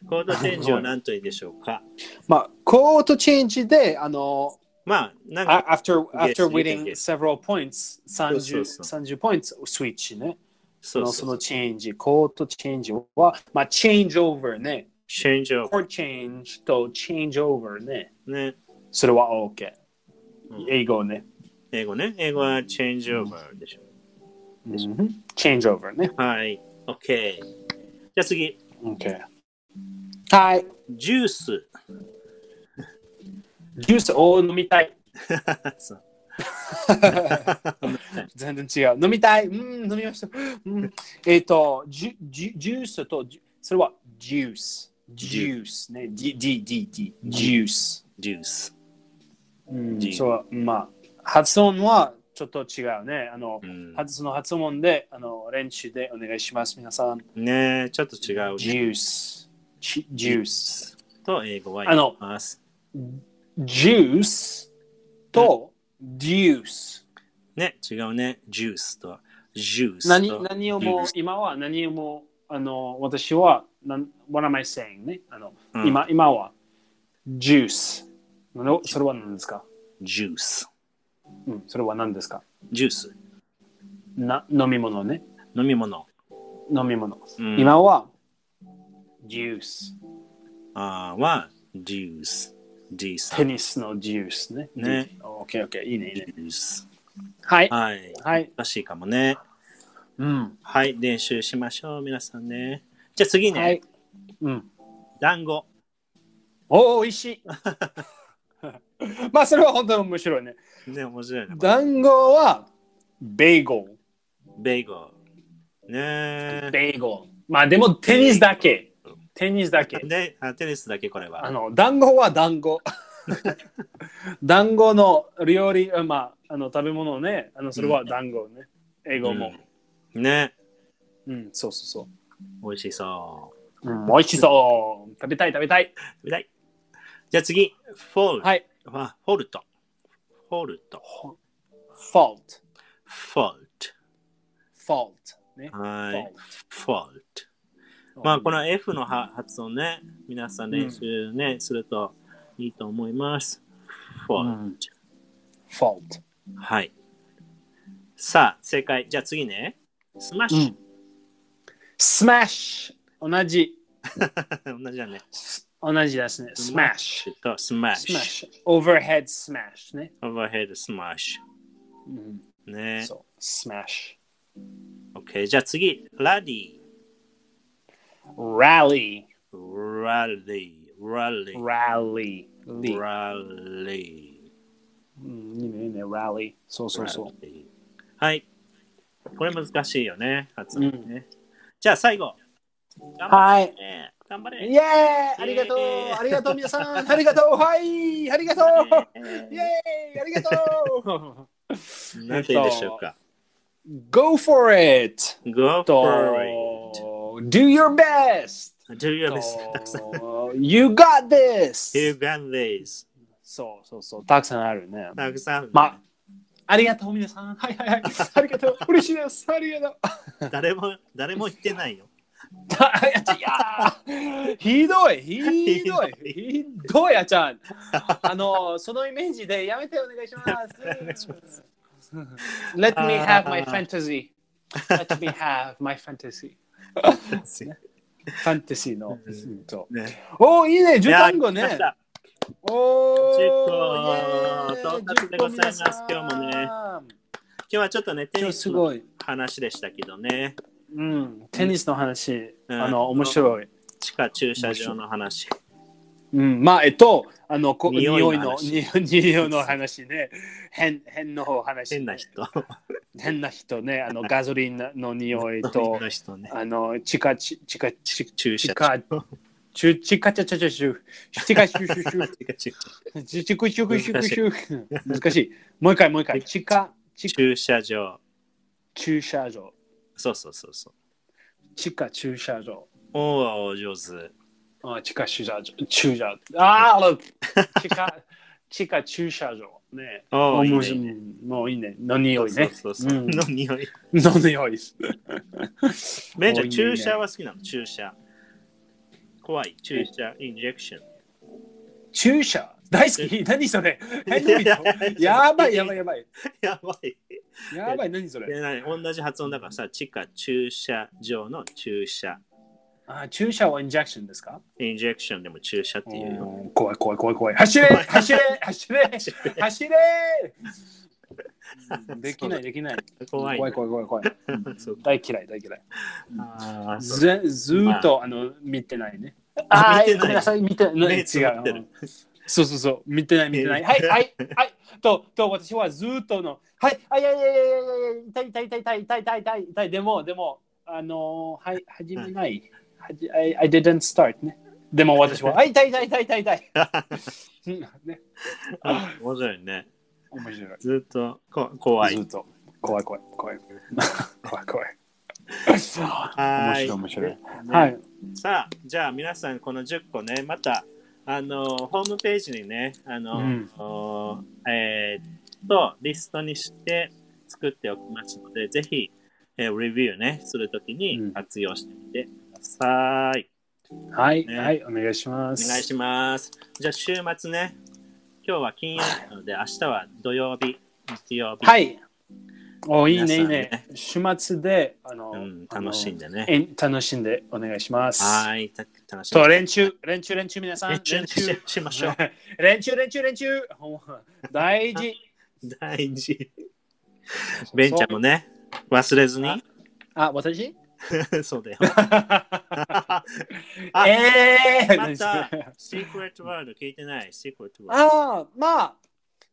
[SPEAKER 1] コートチェンジは何と言うでしょ うか。
[SPEAKER 2] まあ、コートチェンジで、あの、
[SPEAKER 1] まあ、なんか、
[SPEAKER 2] あ after,
[SPEAKER 1] Yes,
[SPEAKER 2] after
[SPEAKER 1] you can
[SPEAKER 2] winning
[SPEAKER 1] guess.
[SPEAKER 2] several points, 30,
[SPEAKER 1] そうそうそ
[SPEAKER 2] 30 points, oh, スイッチね。
[SPEAKER 1] そう
[SPEAKER 2] の
[SPEAKER 1] そ
[SPEAKER 2] そう
[SPEAKER 1] そ
[SPEAKER 2] の
[SPEAKER 1] う。
[SPEAKER 2] チェンジ、コートチェンジは、まあ、チェンジオーバーね。
[SPEAKER 1] チェンジオー
[SPEAKER 2] コートチェンジとチェンジオーバーね。
[SPEAKER 1] ね。
[SPEAKER 2] それは OK
[SPEAKER 1] うん。
[SPEAKER 2] 英語ね。
[SPEAKER 1] 英語ね。英語はチェンジオーバーでしょ。
[SPEAKER 2] チェンジオーバーね。
[SPEAKER 1] はい、オッケー。じゃあ次、
[SPEAKER 2] OK。はい。
[SPEAKER 1] ジュース。
[SPEAKER 2] ジュースを飲 みたい。
[SPEAKER 1] そう
[SPEAKER 2] 全然違う。飲みたい。うん、飲みました。うん、えっ、とジュ、ジュジュースとジュ、それはジュース。ジュースね。D、D、D、D。ジュース。
[SPEAKER 1] ジュース。
[SPEAKER 2] うん、
[SPEAKER 1] D
[SPEAKER 2] そう、まあ、発音はちょっと違うね。あの、
[SPEAKER 1] うん
[SPEAKER 2] 発その発音であの練習でお願いします、皆さん。
[SPEAKER 1] ねえ、ちょっと違うね。
[SPEAKER 2] ジュース。ジュース。
[SPEAKER 1] と英語は
[SPEAKER 2] あの
[SPEAKER 1] 言います。
[SPEAKER 2] ジュースとデュース。
[SPEAKER 1] ね、違うね。ジュースと。ジュースと。
[SPEAKER 2] 何何をも
[SPEAKER 1] juice、
[SPEAKER 2] 今は何をも、あの、私は、なん What am I saying? ね。あの、
[SPEAKER 1] うん
[SPEAKER 2] 今、今は、ジュース。あのそれは何ですか
[SPEAKER 1] ジュース。
[SPEAKER 2] うん、それは何ですか
[SPEAKER 1] ジュース。
[SPEAKER 2] な飲み物ね。
[SPEAKER 1] 飲み物。
[SPEAKER 2] 飲み物。
[SPEAKER 1] うん
[SPEAKER 2] 今は、ジュース。
[SPEAKER 1] あーは、ジュース。ジュース。
[SPEAKER 2] テニスのジュースね。
[SPEAKER 1] ね。
[SPEAKER 2] オッケーオッケー、いいね、いい
[SPEAKER 1] ジ
[SPEAKER 2] ね。
[SPEAKER 1] ュース。
[SPEAKER 2] はい。
[SPEAKER 1] はい。
[SPEAKER 2] はい。
[SPEAKER 1] らしいかもね。
[SPEAKER 2] うん。
[SPEAKER 1] はい。練習しましょう、皆さんね。じゃあ次ね。
[SPEAKER 2] はい。うん。
[SPEAKER 1] 団子。
[SPEAKER 2] おお、美味しい。 まあ、それは本当に面白いね。
[SPEAKER 1] ね、面白いな。
[SPEAKER 2] 団子は、ベーゴ
[SPEAKER 1] ベーゴル。
[SPEAKER 2] ル。
[SPEAKER 1] ね
[SPEAKER 2] ベーゴル。まあ、でも、テニスだけ。テニスだけ
[SPEAKER 1] え。。で、あテニスだけこれ
[SPEAKER 2] あ
[SPEAKER 1] は。
[SPEAKER 2] の、団子は団 子。団子の料理、あまあ、あの、食べ物ね。あの、それは団子ね。英語も。
[SPEAKER 1] ね。
[SPEAKER 2] うん、そうそうそう。
[SPEAKER 1] 美味しそう。
[SPEAKER 2] うん、美味しそう。食べたい、食べたい。
[SPEAKER 1] 食べたい。じゃあ次、フォール。
[SPEAKER 2] はい。
[SPEAKER 1] あフォルト。フォルト。
[SPEAKER 2] ほ fault。
[SPEAKER 1] フォルト。
[SPEAKER 2] fault ね。
[SPEAKER 1] はい。フォルト。まあ、この F のは発音ね、皆さん練習ね、するといいと思います。フォルト。
[SPEAKER 2] fault.
[SPEAKER 1] はい。さあ、正解。じゃあ次ね。スマッシ
[SPEAKER 2] smash 同じ
[SPEAKER 1] ュ。 同じだね。
[SPEAKER 2] 同じですね。smash
[SPEAKER 1] とスマッシュ。
[SPEAKER 2] smash overhead smash ね。
[SPEAKER 1] オーバーヘッドスマッシ
[SPEAKER 2] うん、
[SPEAKER 1] ュ。ね。
[SPEAKER 2] そう、smash
[SPEAKER 1] OK。じゃあ次。ラディ。
[SPEAKER 2] rally
[SPEAKER 1] ラディ。ラディ。
[SPEAKER 2] rally Lee
[SPEAKER 1] ラディ。
[SPEAKER 2] うんいいねいいね rally そうそうそう。
[SPEAKER 1] はい。これ難しいよね。発音ね。じゃあ最後。頑張
[SPEAKER 2] はい。
[SPEAKER 1] れ。頑張れ。
[SPEAKER 2] イエーイありがとう
[SPEAKER 1] イエーイ
[SPEAKER 2] ありがとう皆さんありがとうはいありがとうイエーイありがとう
[SPEAKER 1] なんて言うでしょうか。
[SPEAKER 2] Go for it!
[SPEAKER 1] Go
[SPEAKER 2] と
[SPEAKER 1] for it.
[SPEAKER 2] Do your best!
[SPEAKER 1] Do your best. たくさん。
[SPEAKER 2] と You got this!
[SPEAKER 1] You got this.
[SPEAKER 2] そうそうそう、たくさんあるね。
[SPEAKER 1] たくさん。
[SPEAKER 2] まありがとう皆さんはいはいはいありがとう嬉しいですありがとう
[SPEAKER 1] 誰も、誰も言ってないよ。
[SPEAKER 2] いやーひどいひどいひどいあちゃんあのそのイメージでやめてお願い します。Let me have my fantasy. Let me have my fantasy. ファンタジーの。うんと
[SPEAKER 1] ね。
[SPEAKER 2] おーいいね、10単語
[SPEAKER 1] いや来ま
[SPEAKER 2] ね
[SPEAKER 1] し。た10個
[SPEAKER 2] おーイエーイ
[SPEAKER 1] 到達でございます今日もね今日はちょっとね、テ
[SPEAKER 2] 今
[SPEAKER 1] ニ
[SPEAKER 2] 日
[SPEAKER 1] ス
[SPEAKER 2] す
[SPEAKER 1] の
[SPEAKER 2] ごい。
[SPEAKER 1] 話でしたけどね。
[SPEAKER 2] うん、テニスの話、
[SPEAKER 1] うん
[SPEAKER 2] あの、面白い。
[SPEAKER 1] 地下駐車場の話。
[SPEAKER 2] うん、まあ、えっと、あの、こ
[SPEAKER 1] 匂い
[SPEAKER 2] 匂い
[SPEAKER 1] の
[SPEAKER 2] の、
[SPEAKER 1] 話
[SPEAKER 2] 匂いの話ね。変、変の方話、
[SPEAKER 1] 変な。人。
[SPEAKER 2] 変な人ね。あの、ガソリンの匂いと
[SPEAKER 1] 変、な人ね。
[SPEAKER 2] あの、地下、地地下、地下、
[SPEAKER 1] 駐車
[SPEAKER 2] 地
[SPEAKER 1] 場。
[SPEAKER 2] 下、地下、地下、地下、地下、地下、地下、地下、地下、チクチクチクチク。難しい。もう一回、もう一回。地下、地
[SPEAKER 1] 駐車場。
[SPEAKER 2] 駐車場。
[SPEAKER 1] そうそうそうそう。
[SPEAKER 2] 地下駐車場。
[SPEAKER 1] おお、上手。
[SPEAKER 2] あ地下駐車場。駐車場。ああ、地下、地下駐車場。ね。
[SPEAKER 1] おお、いい
[SPEAKER 2] も
[SPEAKER 1] ねいいね。
[SPEAKER 2] うもういいね。の匂いね。
[SPEAKER 1] そうそうそう。
[SPEAKER 2] うん
[SPEAKER 1] の匂い。
[SPEAKER 2] の匂い。
[SPEAKER 1] めいちゃ
[SPEAKER 2] おーい
[SPEAKER 1] ん、
[SPEAKER 2] いね
[SPEAKER 1] 注射は好きなの注射。怖い、注射、インジェクション。
[SPEAKER 2] 駐車大好き。何それ変な意味だ
[SPEAKER 1] いや
[SPEAKER 2] やばい、やばい、やばい。
[SPEAKER 1] やばい。
[SPEAKER 2] やばい、何それ
[SPEAKER 1] で何同じ発音だからさ、地下駐車場の注射。
[SPEAKER 2] あ駐車はインジェクションですか
[SPEAKER 1] インジェクションでも注射っていうよ。
[SPEAKER 2] うん怖い、怖い、怖い、怖い。走れ走れ走れ走れうんできない、できない。
[SPEAKER 1] 怖い。
[SPEAKER 2] 怖い怖い怖い怖い。
[SPEAKER 1] そう
[SPEAKER 2] 大嫌い大嫌い。
[SPEAKER 1] あーそう
[SPEAKER 2] ずずーっとあの見てないね。
[SPEAKER 1] あ
[SPEAKER 2] ー
[SPEAKER 1] 見てない
[SPEAKER 2] ごめんさい見てない。
[SPEAKER 1] 目
[SPEAKER 2] 違
[SPEAKER 1] つぶってる
[SPEAKER 2] う。そうそうそう。見てない見てない。はいはいはい。とと私はずーっとの。はい。あいやいやいやいやいや痛い痛い痛い痛い痛い痛い痛い痛いでもでもあのーはい始めない。はじ I I didn't start ね。でも私ははい痛い痛い痛い痛い痛い。 うんね。
[SPEAKER 1] あ面白いね。
[SPEAKER 2] 面白い。
[SPEAKER 1] ずっとこ怖
[SPEAKER 2] ず
[SPEAKER 1] い。
[SPEAKER 2] っと怖い怖い 怖い怖い怖い。
[SPEAKER 1] はー
[SPEAKER 2] 面白い
[SPEAKER 1] い
[SPEAKER 2] 面白い。
[SPEAKER 1] ね
[SPEAKER 2] はい。
[SPEAKER 1] さあ、じゃあ皆さん、この10個ね、また、あの、ホームページにね、あの、
[SPEAKER 2] うん
[SPEAKER 1] おえーっと、リストにして作っておきますので、ぜひ、えーレビューね、するときに
[SPEAKER 2] うん
[SPEAKER 1] 活用してみてください。
[SPEAKER 2] はい、
[SPEAKER 1] ね
[SPEAKER 2] はい、お願いします。
[SPEAKER 1] お願いします。じゃあ、週末ね、今日は金曜日なので、明日は土曜日、日曜日、
[SPEAKER 2] はい。お、いいね、いい
[SPEAKER 1] 皆
[SPEAKER 2] ね。週末で、あの、
[SPEAKER 1] うん、
[SPEAKER 2] あの
[SPEAKER 1] 楽しんでね。
[SPEAKER 2] えん楽しんでお願いします。
[SPEAKER 1] はい、た楽しん
[SPEAKER 2] と、
[SPEAKER 1] で。
[SPEAKER 2] 練習、練習、練習、皆さん。
[SPEAKER 1] 練習ししまし ょう。
[SPEAKER 2] 練習、練習、練習。ほんま大事。
[SPEAKER 1] 大事。ベンちゃんもね、忘れずに。
[SPEAKER 2] あ、私
[SPEAKER 1] そう だよ。あ
[SPEAKER 2] えー、
[SPEAKER 1] ま
[SPEAKER 2] 何それ
[SPEAKER 1] た、シークレットワールド聞いてない、シークレットワール
[SPEAKER 2] あーまあ、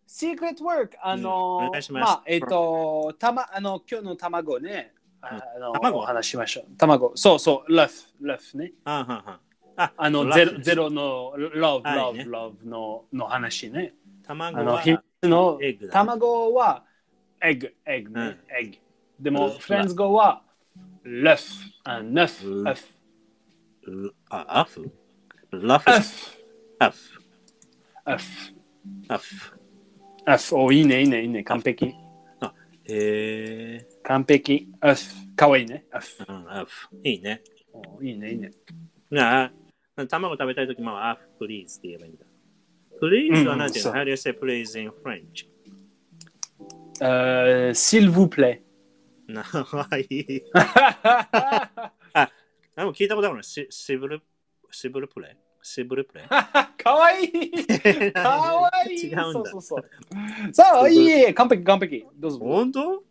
[SPEAKER 2] シークレットワーク、あの、
[SPEAKER 1] うんお願いします
[SPEAKER 2] あ、えっ、と、たま、あの、今日の卵ね、ああの、
[SPEAKER 1] 卵
[SPEAKER 2] お話ししましょう。卵、そうそう、ラフ、ラフね。
[SPEAKER 1] ド。あはんはんあ
[SPEAKER 2] あの、
[SPEAKER 1] ラ
[SPEAKER 2] ゼ
[SPEAKER 1] フ
[SPEAKER 2] ロ、ゼロの、ロブ、
[SPEAKER 1] は
[SPEAKER 2] ロ
[SPEAKER 1] いね
[SPEAKER 2] ブ、ロブの、の話ね。あ
[SPEAKER 1] 卵
[SPEAKER 2] の、
[SPEAKER 1] は
[SPEAKER 2] 秘密の
[SPEAKER 1] エッグだね、
[SPEAKER 2] 卵は、エッグ、エッグね、エッグ。で
[SPEAKER 1] うん
[SPEAKER 2] も、フレンズ語は、ラフ、あ、ラ
[SPEAKER 1] う
[SPEAKER 2] フ、
[SPEAKER 1] ん
[SPEAKER 2] ラフ、
[SPEAKER 1] 卵あ、アフラフ
[SPEAKER 2] ラフ、
[SPEAKER 1] アフ
[SPEAKER 2] ラフ、
[SPEAKER 1] アフ
[SPEAKER 2] ラフ。お、いいね、いいね、いいね、完璧。
[SPEAKER 1] へえ
[SPEAKER 2] 完璧。ラフ、かわいいね。ラフ。
[SPEAKER 1] ー、うん、アフいいね。
[SPEAKER 2] おいいね、いいね。
[SPEAKER 1] なあ、卵食べたいときもアフ、プリーズって言えばいいんだ。プリーズはなんていうの、
[SPEAKER 2] うん
[SPEAKER 1] ?How do you say please in French?
[SPEAKER 2] Euh, S'il vous plaît.
[SPEAKER 1] 長い。でも聞いたことあるのシシブル、シブルプレイシブルプレイ
[SPEAKER 2] か わいいかわいい
[SPEAKER 1] 違うんだ
[SPEAKER 2] そうそうそう。さあ、いいえ、完璧、完璧。どうぞ。
[SPEAKER 1] 本当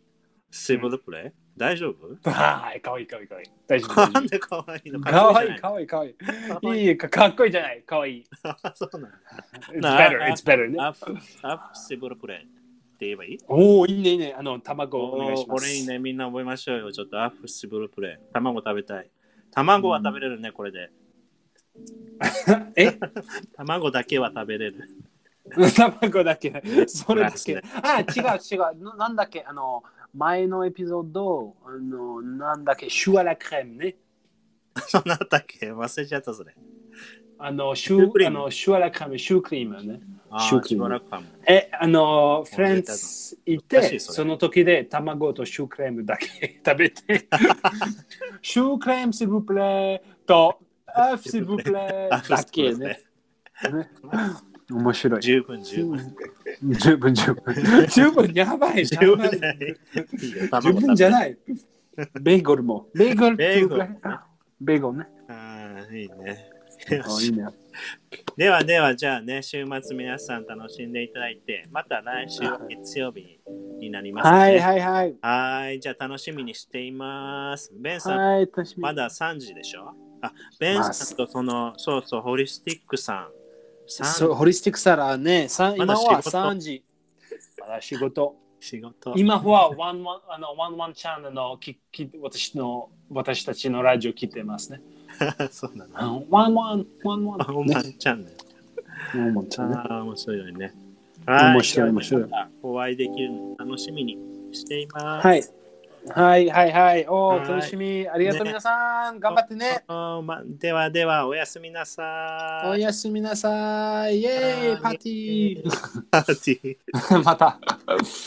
[SPEAKER 1] シブルプレイ大丈夫
[SPEAKER 2] はい、かわいい、かわいい、かわいい。大丈
[SPEAKER 1] な
[SPEAKER 2] 夫
[SPEAKER 1] ん。で可愛いの
[SPEAKER 2] かわいい、
[SPEAKER 1] か
[SPEAKER 2] かわいい、かわいい。
[SPEAKER 1] っこいい
[SPEAKER 2] いいえ、かかっこいいじゃない。かわいい。
[SPEAKER 1] じゃないそうなの
[SPEAKER 2] It's
[SPEAKER 1] な
[SPEAKER 2] better, it's better. ね
[SPEAKER 1] アップ、アップ、シブルプレイって言えばいい
[SPEAKER 2] おお、いいね、いいね。あの、卵お願いし
[SPEAKER 1] お
[SPEAKER 2] ま
[SPEAKER 1] こ
[SPEAKER 2] す。
[SPEAKER 1] れいいね、みんな覚えましょうよ。ちょっとアップ、シブルプレイ卵食べたい。卵は食べれるね、これで。
[SPEAKER 2] え
[SPEAKER 1] 卵だけは食べれる。
[SPEAKER 2] 卵だけ。 それだ
[SPEAKER 1] そう
[SPEAKER 2] け。あ、違う、違う。ななんだっけ、あの、前のエピソード、あの、なんだっけ、シュワラクレームね。
[SPEAKER 1] そんなあったっけ忘れちゃったそれ。
[SPEAKER 2] あの、シ
[SPEAKER 1] シュークリ
[SPEAKER 2] ュ
[SPEAKER 1] ー
[SPEAKER 2] あ
[SPEAKER 1] ム
[SPEAKER 2] のシュワラクレーム、シュークリームね。
[SPEAKER 1] あ
[SPEAKER 2] シュー
[SPEAKER 1] ー
[SPEAKER 2] ク
[SPEAKER 1] し
[SPEAKER 2] リーム
[SPEAKER 1] ばらくかも。
[SPEAKER 2] え、あの、フラン
[SPEAKER 1] 忘れたぞ
[SPEAKER 2] ス行っ、
[SPEAKER 1] 懐かしていそ
[SPEAKER 2] そ
[SPEAKER 1] れ
[SPEAKER 2] の時で卵とシュークレームだけ食べて、 シュークレーム、シブプレー と、アフシブプレーだけ ね。ね面白い。
[SPEAKER 1] 十分十分。
[SPEAKER 2] 十分十分。十分やばい。
[SPEAKER 1] 十
[SPEAKER 2] やばい
[SPEAKER 1] 分だよいいよ
[SPEAKER 2] 十
[SPEAKER 1] 卵食べ
[SPEAKER 2] 分じゃない。ベーグルも。ベーグル。
[SPEAKER 1] ベーグルね
[SPEAKER 2] ベーグルね。
[SPEAKER 1] あーいいね。
[SPEAKER 2] あいいね。
[SPEAKER 1] ではでは、じゃあね、週末皆さん楽しんでいただいて、また来週は月曜日になります、ね。
[SPEAKER 2] はいはいはい。
[SPEAKER 1] はーいじゃあ楽しみにしています。ベンさん、
[SPEAKER 2] はい、楽しみ。
[SPEAKER 1] まだ3時でしょあ、ベンさんとその、そうそう、ホリスティックさん。
[SPEAKER 2] そう、
[SPEAKER 1] 3
[SPEAKER 2] ホリスティックサラね、さん
[SPEAKER 1] まだ
[SPEAKER 2] 今
[SPEAKER 1] 仕事
[SPEAKER 2] は3時。まだ仕事。
[SPEAKER 1] 仕事。
[SPEAKER 2] 今はワンワン、あの、ワンワンチャンネルのきき私の、私たちのラジオ聞いてますね。
[SPEAKER 1] そうなの。
[SPEAKER 2] あのワンワン、ワンワン。
[SPEAKER 1] あ、おまんチャンネル。
[SPEAKER 2] ワンワンチャンネル。
[SPEAKER 1] ああ、面白いね。は
[SPEAKER 2] 面白い面白い。
[SPEAKER 1] じゃあまたお会いできるのを楽しみにしています。
[SPEAKER 2] はい。はいはいはい。おお、
[SPEAKER 1] はい
[SPEAKER 2] 楽しみ。ありがとう、
[SPEAKER 1] ね
[SPEAKER 2] 皆さん。頑張ってね。
[SPEAKER 1] あーま、ではでは、おやすみなさ
[SPEAKER 2] お
[SPEAKER 1] い。
[SPEAKER 2] やす みなさい。イェーイ、パーティ
[SPEAKER 1] パーティー。
[SPEAKER 2] ー。また。